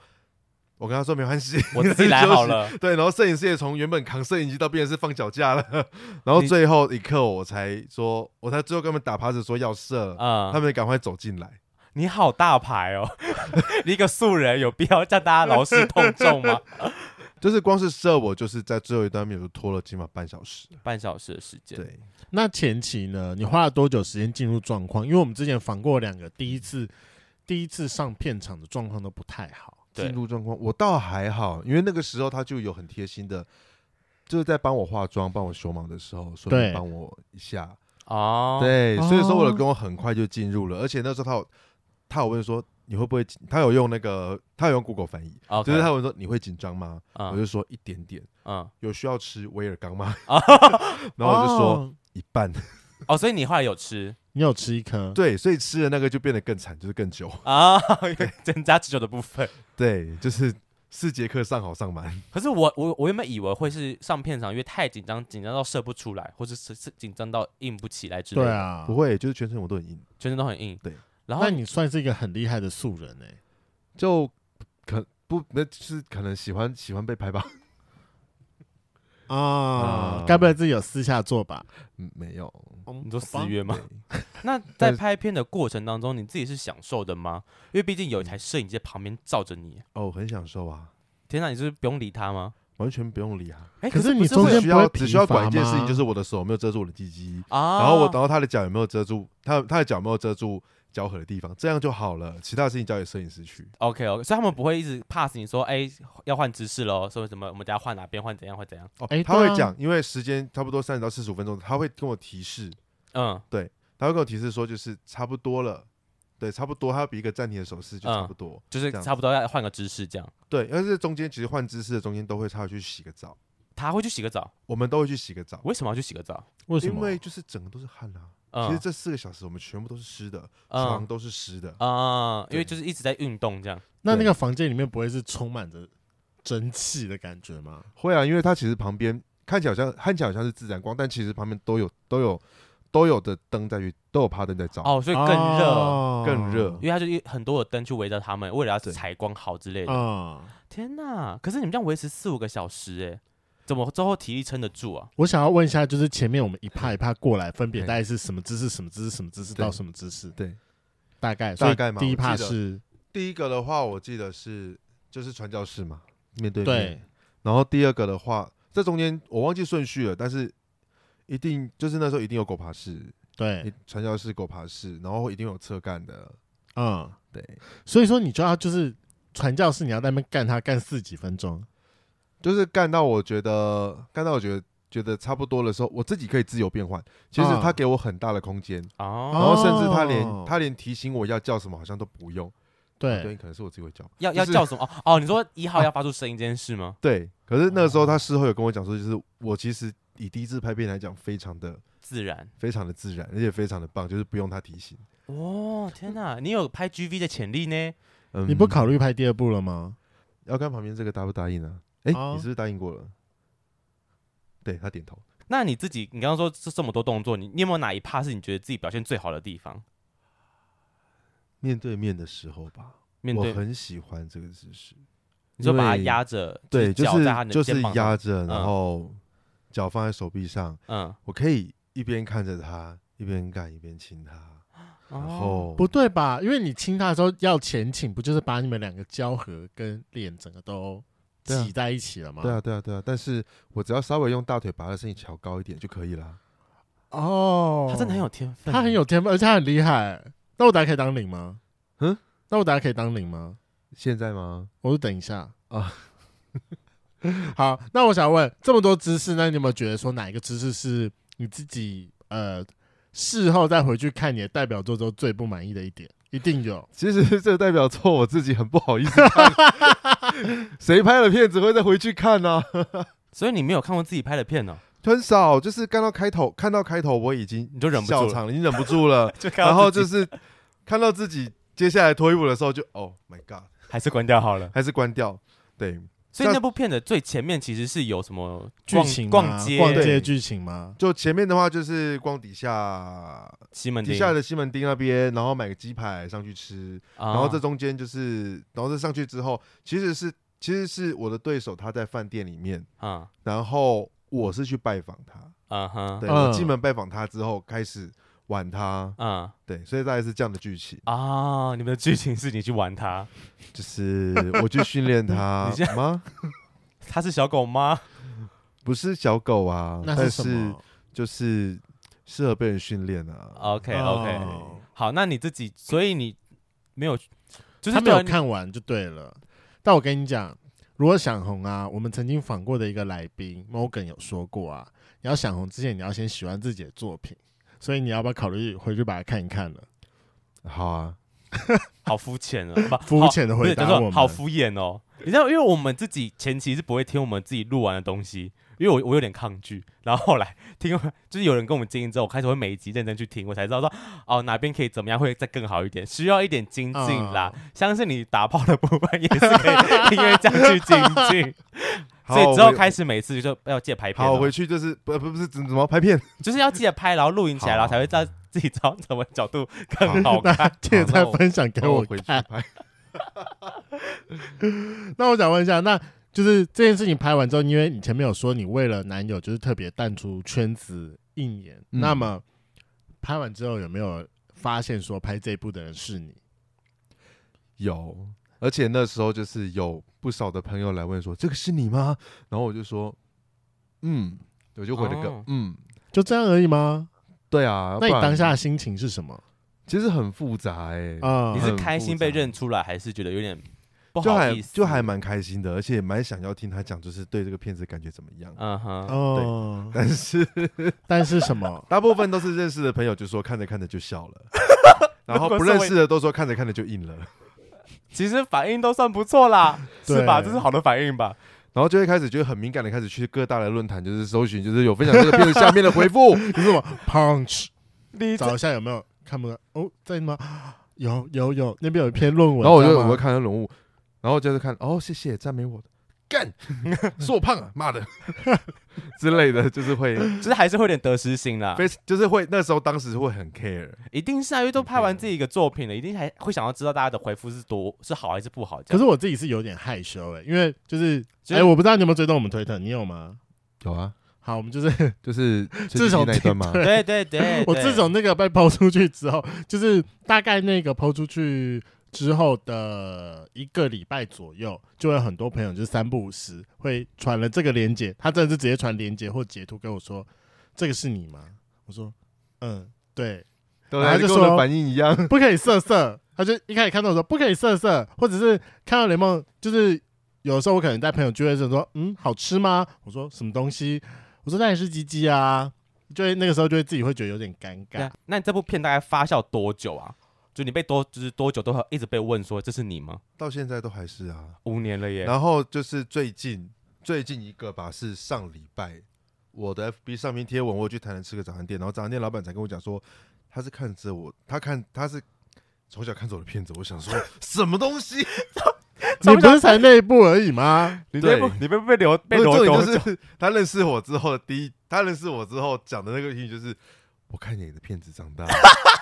Speaker 3: 我跟他说没关系，
Speaker 2: 我自己来好。了。
Speaker 3: 对，然后摄影师也从原本扛摄影机到变成是放脚架了，然后
Speaker 2: 你
Speaker 3: 最后一刻我才说，我才最后跟他们打 pass 说要射，他
Speaker 2: 嗯，
Speaker 3: 们赶快走进来。
Speaker 2: 你好大牌哦， 你一个素人有必要叫大家劳 师动众吗？
Speaker 3: 就是光是射我，就是在最后一段面就拖了起码半小时。
Speaker 2: 半小时的时间，
Speaker 3: 对，
Speaker 1: 那前期呢，你花了多久时间进入状况？因为我们之前访过两个，第一次第一次上片场的状况都不太好。
Speaker 2: 对
Speaker 3: 进入状况我倒还好，因为那个时候他就有很贴心的就是在帮我化妆、帮我修毛的时候，顺
Speaker 1: 对
Speaker 3: 便帮我一下。
Speaker 2: 哦，，
Speaker 3: 对，所以说我
Speaker 1: 哦
Speaker 3: 的工很快就进入了，而且那时候他有他有问说你会不会紧，他有用那个他有用 Google 翻译，
Speaker 2: o
Speaker 3: 就是他问说你会紧张吗？
Speaker 2: 嗯
Speaker 3: 我就说一点点，
Speaker 2: 嗯，
Speaker 3: 有需要吃威尔 刚吗？
Speaker 2: 哦
Speaker 3: 然后我就说
Speaker 1: 哦
Speaker 3: 一半，
Speaker 2: 哦，所以你后来有吃
Speaker 1: 你有吃一颗，
Speaker 3: 对，所以吃的那个就变得更惨，就是更久，
Speaker 2: 啊，增加持久的部分。
Speaker 3: 对，就是四节课上好上满，
Speaker 2: 可是我我我原本以为会是上片场，因为太紧张，紧张到射不出来，或者是是紧张到硬不起来之类
Speaker 1: 对
Speaker 2: 的，
Speaker 1: 啊
Speaker 3: 不，会，就是全程我都很硬，
Speaker 2: 全身都很硬。
Speaker 3: 对，
Speaker 2: 然后
Speaker 1: 那你算是一个很厉害的素人哎、
Speaker 3: 就可不那就是可能喜欢喜欢被拍吧，
Speaker 1: 啊
Speaker 3: 啊，
Speaker 1: 该不会自己有私下做吧？
Speaker 3: 嗯，没有，
Speaker 2: 你说死约吗？
Speaker 3: 对
Speaker 2: 那在
Speaker 3: 欸但是
Speaker 2: 拍片的过程当中，你自己是享受的吗？因为毕竟有一
Speaker 3: 嗯
Speaker 2: 台摄影机在旁边照着你。
Speaker 3: 哦，很享受啊，
Speaker 2: 天哪，你是不是不用理他吗？
Speaker 3: 完全不用理啊。
Speaker 2: 哎，
Speaker 1: 可是
Speaker 2: 是
Speaker 1: 你
Speaker 2: 不
Speaker 1: 中间
Speaker 2: 会
Speaker 3: 只需
Speaker 1: 不会
Speaker 3: 要只需要
Speaker 1: 疲乏
Speaker 3: 管一件事
Speaker 1: 吗
Speaker 3: 情，就是我的手有没有遮住我的鸡鸡，
Speaker 1: 哦
Speaker 2: 啊，
Speaker 3: 然后我然后他的脚有没有遮住他他的脚有没有遮住交合的地方，这样就好了。其他的事情交给摄影师去。
Speaker 2: OK OK，所以他们不会一直 pass 你说，哎，要换姿势喽，说什么我们等下换哪边换怎样换怎样。
Speaker 3: 哦
Speaker 1: 哎，
Speaker 3: 他会
Speaker 1: 对啊
Speaker 3: 讲，因为时间差不多三十到四十五分钟，他会跟我提示，
Speaker 2: 嗯，
Speaker 3: 他会跟我提示说就是差不多了，对，差不多，他比一个暂停的手势就差
Speaker 2: 嗯
Speaker 3: 不
Speaker 1: 啊
Speaker 3: 多。
Speaker 2: 就是
Speaker 3: 这样
Speaker 2: 差不多要换个姿势这样。
Speaker 3: 对，但是中间其实换姿势的中间都会差去洗个澡，
Speaker 2: 他会去洗个澡，
Speaker 3: 我们都会去洗个澡，
Speaker 2: 为什么要去洗个澡？
Speaker 1: 为什
Speaker 3: 因
Speaker 1: 么
Speaker 3: 为？就是整个都是汗啊。
Speaker 2: 嗯
Speaker 3: 其实这四个小时我们全部都是湿的，
Speaker 1: 啊
Speaker 3: 床
Speaker 2: 嗯
Speaker 3: 都是湿的，
Speaker 2: 啊，因为
Speaker 3: 对
Speaker 2: 就是一直在运动这样。
Speaker 1: 那那个房间里面不会是充满着蒸汽的感觉吗？
Speaker 3: 会啊，因为它其实旁边看起来好像看起来好像是自然光，但其实旁边都有都有都有的灯在去，都有趴灯在照，
Speaker 2: 哦，所以更热，
Speaker 1: 哦
Speaker 3: 更热
Speaker 2: 因为他就一很多的灯去围着他们，为了要
Speaker 3: 对
Speaker 2: 采光好之类的。
Speaker 3: 哦
Speaker 1: 啊、
Speaker 2: 天哪！可是你们这样维持四五个小时，哎，怎么最后体力撑得住啊？
Speaker 1: 我想要问一下，就是前面我们一趴一趴过来，分别
Speaker 3: 嘿
Speaker 1: 大概是什么姿势、什么姿势、什么姿势
Speaker 3: 对
Speaker 1: 到什么姿势？
Speaker 3: 对，
Speaker 1: 大概
Speaker 3: 大概
Speaker 1: 所
Speaker 3: 嘛
Speaker 1: 以第一趴
Speaker 3: 我记得
Speaker 1: 是
Speaker 3: 第一个的话，我记得是就是传教士嘛，面对
Speaker 1: 对
Speaker 3: 面。然后第二个的话，这中间我忘记顺序了，但是一定就是那时候一定有狗爬式、
Speaker 1: 对，
Speaker 3: 传教士、狗爬式，然后一定有侧干的。
Speaker 1: 嗯，
Speaker 3: 对，
Speaker 1: 所以说你就要就是传教士，你要在那边干他干四几分钟，
Speaker 3: 就是干到我觉得干到我觉得觉得差不多的时候，我自己可以自由变换。其实
Speaker 1: 啊
Speaker 3: 他给我很大的空间，然
Speaker 2: 哦，
Speaker 3: 后甚至他连、
Speaker 1: 哦
Speaker 3: 他连提醒我要叫什么好像都不用。
Speaker 1: 对，
Speaker 3: 哦对，可能是我自己会叫。
Speaker 2: 要要
Speaker 3: 就是
Speaker 2: 叫什么？哦哦，你说一号要发出声音这件事吗？
Speaker 3: 对，可是那个时候
Speaker 1: 哦
Speaker 3: 他事后有跟我讲说，就是我其实以第一次拍片来讲，非常的
Speaker 2: 自然。
Speaker 3: 非常的自然，而且非常的棒，就是不用他提醒。
Speaker 2: 哦，天哪！你有拍 GV 的潜力呢。
Speaker 3: 嗯
Speaker 1: 你不考虑拍第二部了吗？
Speaker 3: 要看旁边这个答不答应啊？哎、
Speaker 1: 哦
Speaker 3: 你是不是答应过了？对他点头。
Speaker 2: 那你自己，你刚刚说这这么多动作，你你有没有哪一趴是你觉得自己表现最好的地方？
Speaker 3: 面对面的时候吧，
Speaker 2: 面
Speaker 3: 我
Speaker 2: 对
Speaker 3: 很喜欢这个姿势。
Speaker 2: 你说
Speaker 3: 因
Speaker 2: 把它
Speaker 3: 为
Speaker 2: 压着，
Speaker 3: 对，就
Speaker 2: 脚在他
Speaker 3: 是
Speaker 2: 的
Speaker 3: 就是
Speaker 2: 肩膀上，
Speaker 3: 压着，
Speaker 2: 嗯
Speaker 3: 然后脚放在手臂上，
Speaker 2: 嗯，
Speaker 3: 我可以一边看着他，一边干，一边亲他，然
Speaker 2: 哦
Speaker 3: 后、
Speaker 1: 不对吧？因为你亲他的时候要前倾，不就是把你们两个交合跟脸整个都
Speaker 3: 对啊
Speaker 1: 挤在一起了吗？
Speaker 3: 对啊，对啊，对啊，但是我只要稍微用大腿把他的身体调高一点就可以了。
Speaker 1: 哦，
Speaker 2: 他真的很有天分，
Speaker 1: 他很有天分，而且他很厉害。那我等下可以当零吗？
Speaker 3: 嗯，
Speaker 1: 那我等下可以当零吗？
Speaker 3: 现在吗？
Speaker 1: 我说等一下
Speaker 3: 啊。
Speaker 1: 好，那我想问，这么多姿势，那你有没有觉得说哪一个姿势是呃你自己呃事后再回去看你的代表作之后最不满意的一点？一定有。
Speaker 3: 其实这代表错，我自己很不好意思看谁拍了片子会再回去看呢、
Speaker 2: 所以你没有看过自己拍的片哦，
Speaker 3: 很少，就是看到开头，看到开头我已经
Speaker 2: 你就忍不
Speaker 3: 笑
Speaker 2: 住了，。
Speaker 3: 场了，已经忍不住了
Speaker 2: 就看到
Speaker 3: 然后
Speaker 2: 自
Speaker 3: 就
Speaker 2: 己
Speaker 3: 是看到自己接下来脱衣服的时候就，哦 my god，
Speaker 2: 还是关掉好了。
Speaker 3: 还是关掉。对，
Speaker 2: 所以那部片的最前面其实是有什么
Speaker 1: 剧
Speaker 2: 逛
Speaker 3: 啊
Speaker 1: 情吗
Speaker 2: 逛街、
Speaker 1: 逛街
Speaker 3: 对
Speaker 1: 剧情吗？
Speaker 3: 就前面的话就是逛底下
Speaker 2: 西门
Speaker 3: 底
Speaker 2: 町，
Speaker 3: 下的西门町那边，然后买个鸡排上去吃，
Speaker 2: 然
Speaker 3: 然后这中间就是，然后这上去之后，其实是其实是我的对手他在饭店里面，
Speaker 2: 嗯
Speaker 3: 然后我是去拜访他，
Speaker 2: 嗯哼，
Speaker 3: 对、
Speaker 1: 嗯
Speaker 3: 我进门拜访他之后开始玩他，
Speaker 2: 嗯
Speaker 3: 对，所以大概是这样的剧情，
Speaker 2: 啊，你们的剧情是你去玩它，
Speaker 3: 就是我去训练他
Speaker 2: 你这
Speaker 3: 吗？
Speaker 2: 它是小狗吗？
Speaker 3: 不是小狗啊，
Speaker 1: 那
Speaker 3: 但
Speaker 1: 什
Speaker 3: 是
Speaker 1: 么
Speaker 3: 就是适合被人训练啊。
Speaker 2: OK OK，、
Speaker 1: 哦
Speaker 2: 好，那你自己，所以你没有，就是
Speaker 1: 他没有
Speaker 2: 对啊
Speaker 1: 看完就对了。但我跟你讲，如果想红啊，我们曾经访过的一个来宾 Morgan 有说过啊，你要想红之前，你要先喜欢自己的作品，所以你要不要考虑回去把它看一看了？
Speaker 3: 好啊，
Speaker 2: 好 肤浅啊，不
Speaker 1: 肤浅的回答
Speaker 2: 好不是就是
Speaker 1: 我们
Speaker 2: 好敷衍哦。你知道，因为我们自己前期是不会听我们自己录完的东西，因为我我有点抗拒。然后后来听完，就是有人跟我们建议之后，我开始会每一集认真去听，我才知道说哦哪边可以怎么样会再更好一点，需要一点精进
Speaker 1: 啊
Speaker 2: 啦。相信你打炮的部分也是可以因为这样去精 进，
Speaker 3: 好啊
Speaker 2: 所以之后
Speaker 3: 我
Speaker 2: 开始每次就要借拍片
Speaker 3: 好，我
Speaker 2: 哦，
Speaker 3: 回去就是不不不是怎怎么拍片，
Speaker 2: 就是要记得拍，然后录影起来，
Speaker 3: 好
Speaker 2: 然后才会知道自己知道什么角度更好 看。
Speaker 1: 那记得
Speaker 3: 好那
Speaker 1: 再
Speaker 3: 我
Speaker 1: 分享给
Speaker 3: 然后
Speaker 1: 我
Speaker 3: 我回去
Speaker 1: 看。
Speaker 3: 拍。
Speaker 1: 那我想问一下，那就是这件事情拍完之后，因为你前面有说你为了男友就是特别淡出圈子一年，
Speaker 3: 嗯
Speaker 1: 那么拍完之后有没有发现说拍这一部的人是你？
Speaker 3: 有，而且那时候就是有不少的朋友来问说：“这个是你吗？”然后我就说：“嗯。”我就回了个、
Speaker 2: 哦
Speaker 3: 嗯，
Speaker 1: 就这样而已吗？
Speaker 3: 对啊。”
Speaker 1: 那你当下的心情是什么
Speaker 3: 其实很复杂哎、
Speaker 1: 啊？
Speaker 2: 你
Speaker 3: 很
Speaker 2: 是开心
Speaker 3: 复杂
Speaker 2: 被认出来，还是觉得有点不
Speaker 3: 就
Speaker 2: 好
Speaker 3: 还
Speaker 2: 意思？
Speaker 3: 就还蛮开心的，而且蛮想要听他讲，就是对这个片子感觉怎么样。
Speaker 2: 嗯哼，
Speaker 1: 哦，
Speaker 3: 但是？
Speaker 1: 但是什么
Speaker 3: 大部分都是认识的朋友，就说看着看着就笑 了，然后
Speaker 2: 如果
Speaker 3: 不
Speaker 2: 是
Speaker 3: 认
Speaker 2: 我
Speaker 3: 识的都说看着看着就硬 了，
Speaker 2: 其实反应都算不错 啦，
Speaker 1: 对
Speaker 2: 是吧？这是好的反应吧？
Speaker 3: 然后就会开始就会很敏感的开始去各大的论坛，就是搜寻，就是有分享这个片子下面的回复，
Speaker 1: 你是什么 punch？
Speaker 2: 你
Speaker 1: 找一下有没有看不到？哦，在吗？有有有，那边有一篇论文，
Speaker 3: 然后我
Speaker 1: 知
Speaker 3: 就
Speaker 1: 道吗
Speaker 3: 我会看他人物，然后就是看哦，谢谢赞美我的， 干，说我胖啊，妈 的之类的，就是会
Speaker 2: 就是还是会有点得失心啦，
Speaker 3: 非就是会那时候当时会很 care，
Speaker 2: 一定是啊，因为都拍完自己一个作品了，一定还会想要知道大家的回复是多是好还是不好。
Speaker 1: 可
Speaker 2: 是
Speaker 1: 是我自己是有点害羞哎、因为就是
Speaker 2: 就
Speaker 1: 哎、
Speaker 2: 是
Speaker 1: 我不知道你有没有追踪我们推特，你有吗？
Speaker 3: 有啊，
Speaker 1: 好，我们 就是
Speaker 3: 就是
Speaker 1: 自从
Speaker 3: 那一段嘛，
Speaker 1: 对，
Speaker 2: 对对 对
Speaker 1: 我
Speaker 2: 对
Speaker 1: 自从那个被抛出去之后，就是大概那个抛出去之后的一个礼拜左右，就会很多朋友就是三不五时会传了这个链接，他真的是直接传链接或截图跟我说：“这个是你吗？”我说：“嗯，对，
Speaker 3: 对
Speaker 1: 然后
Speaker 3: 他
Speaker 1: 就
Speaker 3: 跟我的
Speaker 1: 说
Speaker 3: 反应一样，
Speaker 1: 不可以色色。”他就一开始看到我说不可以色色，或者是看到雷梦，就是有时候我可能在朋友聚会的时候说：“嗯，好吃吗？”我说：“什么东西？”我说：“那也是鸡鸡啊。”就会那个时候就会自己会觉得有点尴
Speaker 2: 对
Speaker 1: 尬
Speaker 2: 啊。那你这部片大概发酵多久啊？就你被多就是多久都会一直被问说这是你吗？
Speaker 3: 到现在都还是啊。
Speaker 2: 五年了耶，
Speaker 3: 然后就是最近最近一个吧，是上礼拜我的 FB 上面贴文，我有去台南吃个早餐店，然后早餐店老板才跟我讲说，他是看着我，他看他是从小看着我的片子，我想说 什么东西。
Speaker 1: 你不是才那一步而已吗？
Speaker 2: 你被
Speaker 3: 对
Speaker 2: 你被被留被
Speaker 3: 不是
Speaker 2: 留
Speaker 3: 重
Speaker 2: 多
Speaker 3: 点
Speaker 2: 久？
Speaker 3: 就是 他认识我之后的第一，他认识我之后讲的那个英语就是我看你的片子 长大。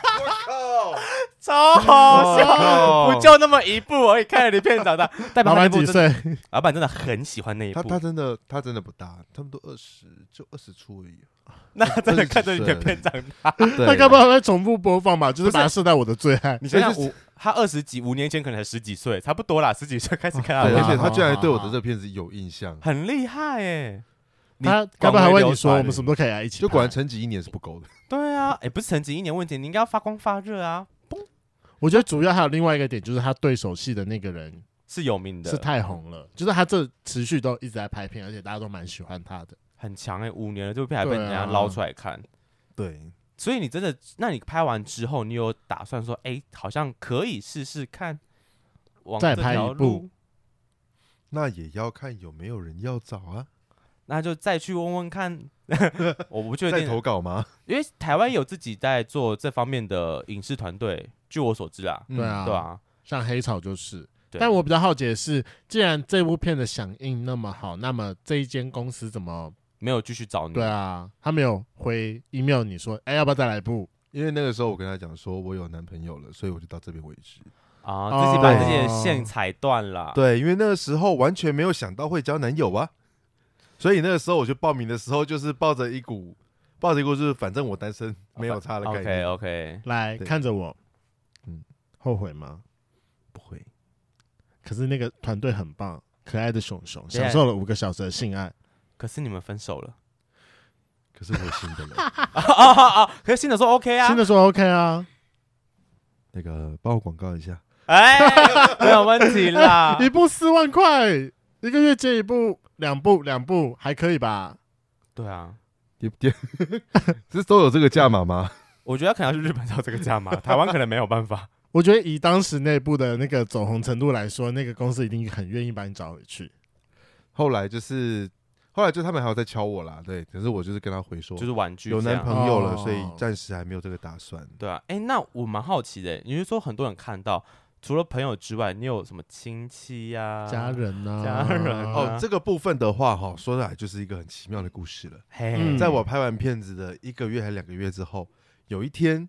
Speaker 3: 我
Speaker 2: 超 好笑，
Speaker 3: 靠！
Speaker 2: 不就那么一部而已，看了你片 长大，代
Speaker 1: 老
Speaker 2: 表他那
Speaker 1: 板
Speaker 2: 部
Speaker 1: 几
Speaker 2: 真的，
Speaker 1: 岁？
Speaker 2: 老板真的很喜欢那一
Speaker 3: 他
Speaker 2: 部，
Speaker 3: 他真的他真的不大，他们都二十就二十出而已。 啊
Speaker 2: 那真的
Speaker 3: 20
Speaker 2: 看着你的
Speaker 3: 岁
Speaker 2: 片长大。
Speaker 1: 他
Speaker 3: 对
Speaker 1: 该不会在重复播放吧？就是
Speaker 2: 不是
Speaker 1: 把它设在我的最爱。
Speaker 2: 你想想五，他二十几，五年前可能才十几岁，差不多啦，十几岁开始看他
Speaker 3: 对，
Speaker 2: 的
Speaker 1: 啊
Speaker 3: 而
Speaker 2: 片，
Speaker 3: 且他居然对我的这个片子有印象，
Speaker 2: 很厉害哎。你
Speaker 1: 他该不会还问你说
Speaker 2: 广为流传
Speaker 1: 我们什么都可以啊来一起拍？
Speaker 3: 就果然成绩一年是不够的。
Speaker 2: 对啊，哎，不是成绩一年问题，你应该要发光发热啊，
Speaker 1: 我觉得主要还有另外一个点，就是他对手戏的那个人
Speaker 2: 是有名的，
Speaker 1: 是太红了，就是他这持续都一直在拍片，而且大家都蛮喜欢他的。
Speaker 2: 很强哎，五年了，这部片还被
Speaker 1: 对啊
Speaker 2: 人家捞出来看。
Speaker 3: 对，
Speaker 2: 所以你真的，那你拍完之后，你有打算说，哎，好像可以试试看，往
Speaker 1: 再
Speaker 2: 这
Speaker 1: 拍一
Speaker 2: 条
Speaker 1: 部
Speaker 2: 路，
Speaker 3: 那也要看有没有人要找啊，
Speaker 2: 那就再去问问看。 我不确
Speaker 3: 在
Speaker 2: 定
Speaker 3: 投，稿吗？
Speaker 2: 因为台湾有自己在做这方面的影视团队，据我所知啊，
Speaker 3: 嗯
Speaker 1: 对啊，
Speaker 2: 对啊，
Speaker 1: 像黑草就是。
Speaker 2: 对
Speaker 1: 但我比较好奇的是，既然这部片的响应那么好，那么这一间公司怎么？
Speaker 2: 没有继续找
Speaker 3: 嗯
Speaker 2: 你
Speaker 1: 对，啊，他没有回 email 你说，哎、要不要再来一部？
Speaker 3: 因为那个时候我跟他讲说我有男朋友了，所以我就到这边为止。
Speaker 2: 啊，自己把
Speaker 1: 哦
Speaker 2: 自己的线踩断了。
Speaker 3: 对，因为那个时候完全没有想到会交男友啊，所以那个时候我去报名的时候，就是抱着一股，抱着一股就是反正我单身没有差的概
Speaker 2: OK
Speaker 3: 念，
Speaker 2: OK，
Speaker 1: 来
Speaker 3: 对
Speaker 1: 看着我，嗯
Speaker 3: 嗯，
Speaker 1: 后悔吗？
Speaker 3: 不会。
Speaker 1: 可是那个团队很棒，可爱的熊熊
Speaker 3: 啊
Speaker 2: 对
Speaker 1: 享受了五个小时的性爱，
Speaker 2: 可是你们分手了
Speaker 3: 可是我有新的了，
Speaker 2: 啊啊啊啊！可是新的说 OK 啊
Speaker 1: 新，的说 OK 啊，
Speaker 3: 那个帮我广告一下，
Speaker 1: 。
Speaker 2: 哎，没有问题啦
Speaker 3: 啊
Speaker 1: 一部四万块，一个月接一部、两部、两部还可以吧？
Speaker 2: 对啊，
Speaker 3: 也也是都有这个价码吗？
Speaker 2: 我觉得可能要去日本找这个价码，台湾可能没有办法。
Speaker 1: 我觉得以当时内部的那个走红程度来说，那个公司一定很愿意把你找回去。
Speaker 3: 后来就是后来就他们还有在敲我啦，对，可是我就是跟他回说，
Speaker 2: 就是玩具
Speaker 3: 有
Speaker 2: 这
Speaker 3: 男
Speaker 2: 样。
Speaker 3: 朋友了，
Speaker 1: 哦
Speaker 3: 所以暂时还没有这个打算。
Speaker 2: 对啊，哎、那我蛮好奇的，你是说很多人看到，除了朋友之外，你有什么亲戚呀、
Speaker 1: 家？人啊，
Speaker 2: 家人
Speaker 1: 哦，
Speaker 3: 哦，这个部分的话，哈，说来就是一个很奇妙的故事了。
Speaker 2: 嘿，
Speaker 1: 嗯
Speaker 3: 在我拍完片子的一个月还两个月之后，有一天，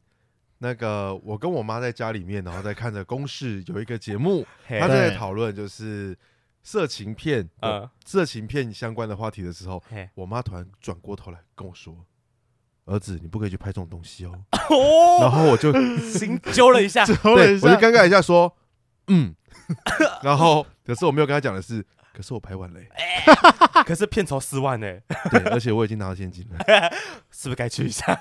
Speaker 3: 那个我跟我妈在家里面，然后在看着公视有一个节目，
Speaker 2: 嘿
Speaker 3: 她在
Speaker 1: 对
Speaker 3: 讨论就是色情片、呃、
Speaker 2: 呃，
Speaker 3: 色情片相关的话题的时候，
Speaker 2: 嘿，
Speaker 3: 我妈突然转过头来跟我说：“儿子，你不可以去拍这种东西哦。然
Speaker 2: 哦，
Speaker 3: 后我就
Speaker 2: 心 揪了一下，
Speaker 1: 抽了
Speaker 3: 对，
Speaker 1: 一
Speaker 3: 我就
Speaker 1: 下，
Speaker 3: 尴尬一下说：“嗯。”然后可是我没有跟她讲的是，可是我拍完了欸、
Speaker 2: 可是片酬四万呢，
Speaker 3: 对，而且我已经拿到现金了。
Speaker 2: 是不是该去一下？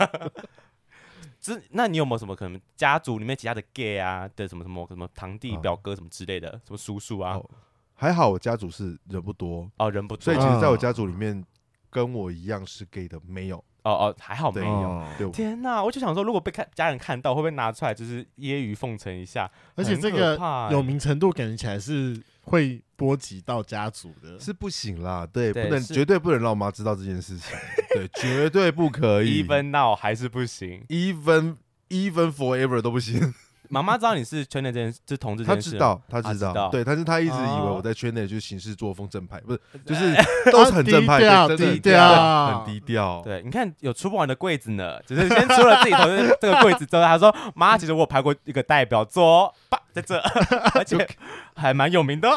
Speaker 2: 这，那你有没有什么可能家族里面其他的 gay 啊的什么什么什么堂弟
Speaker 3: 哦
Speaker 2: 表哥什么之类的，什么叔叔啊？
Speaker 3: 哦还好我家族是人不多，
Speaker 2: 哦，人不错
Speaker 3: 所以，其实在我家族里面，跟我一样是 gay 的没有。
Speaker 2: 哦哦，还好没
Speaker 3: 对
Speaker 2: 有。
Speaker 1: 哦
Speaker 3: 对，
Speaker 2: 天哪，我就想说，如果被看家人看到，会不会拿出来就是揶揄奉承一下？
Speaker 1: 而且
Speaker 2: 很
Speaker 1: 这
Speaker 2: 可
Speaker 1: 个
Speaker 2: 怕欸
Speaker 1: 有名程度感觉起来是会波及到家族的。
Speaker 3: 是不行啦，对，
Speaker 2: 对
Speaker 3: 不能，
Speaker 2: 是
Speaker 3: 绝对不能让我妈知道这件事情，对，绝对不可以。
Speaker 2: even now 还是不行。
Speaker 3: even even forever 都不行。
Speaker 2: 妈妈知道你是圈内这件，就是同志这
Speaker 3: 她
Speaker 2: 件事
Speaker 3: 知
Speaker 2: 吗，
Speaker 3: 道，她知
Speaker 2: 她知道
Speaker 3: 道，对，但是她一直以为
Speaker 2: 哦哎
Speaker 3: 我在圈内就是行事作风正派，不是，就是 都是很正派，
Speaker 1: 低调
Speaker 3: 对真的
Speaker 1: 低
Speaker 3: 很
Speaker 1: 调
Speaker 3: 对很低调。
Speaker 2: 对，你看有出不完的柜子呢，只是先出了自己头的 这个柜子之后，他说：“妈，其实我有排过一个代表作，爸在这， 而且还蛮有名的哦。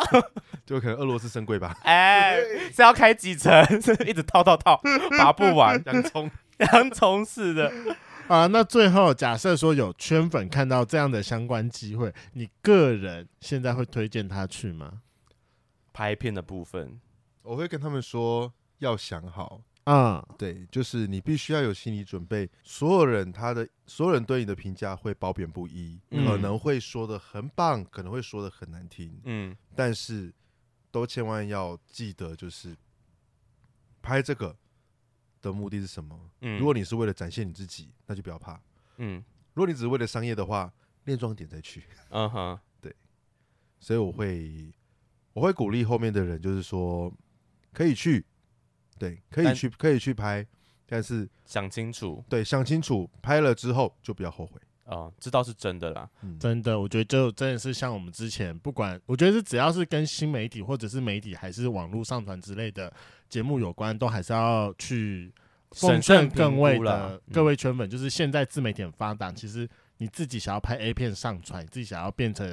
Speaker 3: 就可能俄罗斯深贵吧，，
Speaker 2: 哎，是要开几层， 是一直套套套，拔不完
Speaker 3: 洋葱。
Speaker 2: 洋葱似的。
Speaker 1: 啊，那最后假设说有圈粉看到这样的相关机会，你个人现在会推荐他去吗？
Speaker 2: 拍片的部分，
Speaker 3: 我会跟他们说要想好，
Speaker 1: 啊、
Speaker 3: 对，就是你必须要有心理准备，所有人他的所有人对你的评价会褒贬不一，
Speaker 2: 嗯
Speaker 3: 可能会说的很棒，可能会说的很难听，
Speaker 2: 嗯，
Speaker 3: 但是都千万要记得，就是拍这个的目的是什么。
Speaker 2: 嗯
Speaker 3: 如果你是为了展现你自己，那就不要怕；
Speaker 2: 嗯
Speaker 3: 如果你只是为了商业的话，练壮点再去。
Speaker 2: 嗯哼，
Speaker 3: 所以我会我会鼓励后面的人，就是说可以去，对，可以
Speaker 2: 但
Speaker 3: 去，可以去拍，但是
Speaker 2: 想清楚
Speaker 3: 对，想清楚，拍了之后就不要后悔。
Speaker 2: 哦，知道是真的啦。
Speaker 3: 嗯，
Speaker 1: 真的，我觉得就真的是像我们之前，不管我觉得是只要是跟新媒体或者是媒体还是网络上传之类的节目有关，都还是要去
Speaker 2: 审
Speaker 1: 奉
Speaker 2: 慎
Speaker 1: 劝
Speaker 2: 评
Speaker 1: 各
Speaker 2: 估
Speaker 1: 位
Speaker 2: 啦嗯
Speaker 1: 的各位圈粉，就是现在自媒体很发达，其实你自己想要拍 A 片上传，你自己想要变成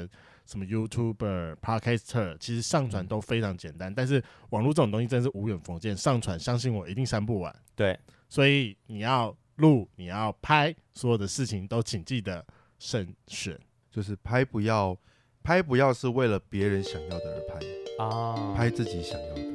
Speaker 1: 什么 YouTuber、Podcaster，其实上
Speaker 2: 嗯
Speaker 1: 传都非常简单，但是网络这种东西真的是无远佛界，上传相信我一定删不完。
Speaker 2: 对，
Speaker 1: 所以你要录，你要拍，所有的事情都请记得慎选。
Speaker 3: 就是拍不要，拍不要是为了别人想要的而拍，
Speaker 2: 啊，
Speaker 3: 拍自己想要的。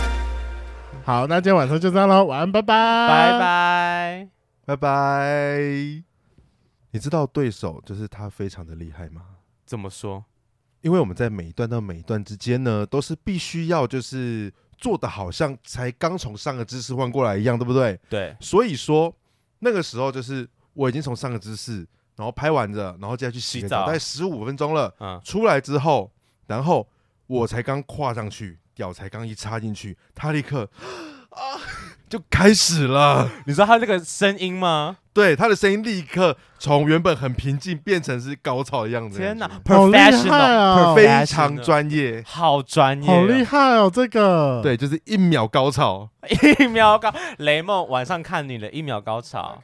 Speaker 1: 好，那今天晚上就这样喽，晚安，拜拜，
Speaker 2: 拜。拜。
Speaker 3: 拜拜。你知道对手就是他非常的厉害吗？
Speaker 2: 怎么说？
Speaker 3: 因为我们在每一段到每一段之间呢，都是必须要就是做的好像才刚从上个知识换过来一样，对不对？
Speaker 2: 对，
Speaker 3: 所以说那个时候就是我已经从上个知识，然后拍完着，然后接下去洗个
Speaker 2: 洗澡
Speaker 3: 澡，大概十五分钟了。
Speaker 2: 嗯，
Speaker 3: 出来之后，然后我才刚跨上去，屌才刚一插进去，他立刻 啊就开始了。
Speaker 2: 你知道他那个声音吗？
Speaker 3: 对，他的声音立刻从原本很平静变成是高潮的样子。
Speaker 2: 天哪
Speaker 1: 好厉害
Speaker 2: ，professional，
Speaker 1: 哦
Speaker 3: 非常专业。
Speaker 2: 好专业，啊
Speaker 1: 好 厉！害哦，这个。
Speaker 3: 对，就是一秒高潮。
Speaker 2: 一秒高，雷梦晚上看你的一秒高潮。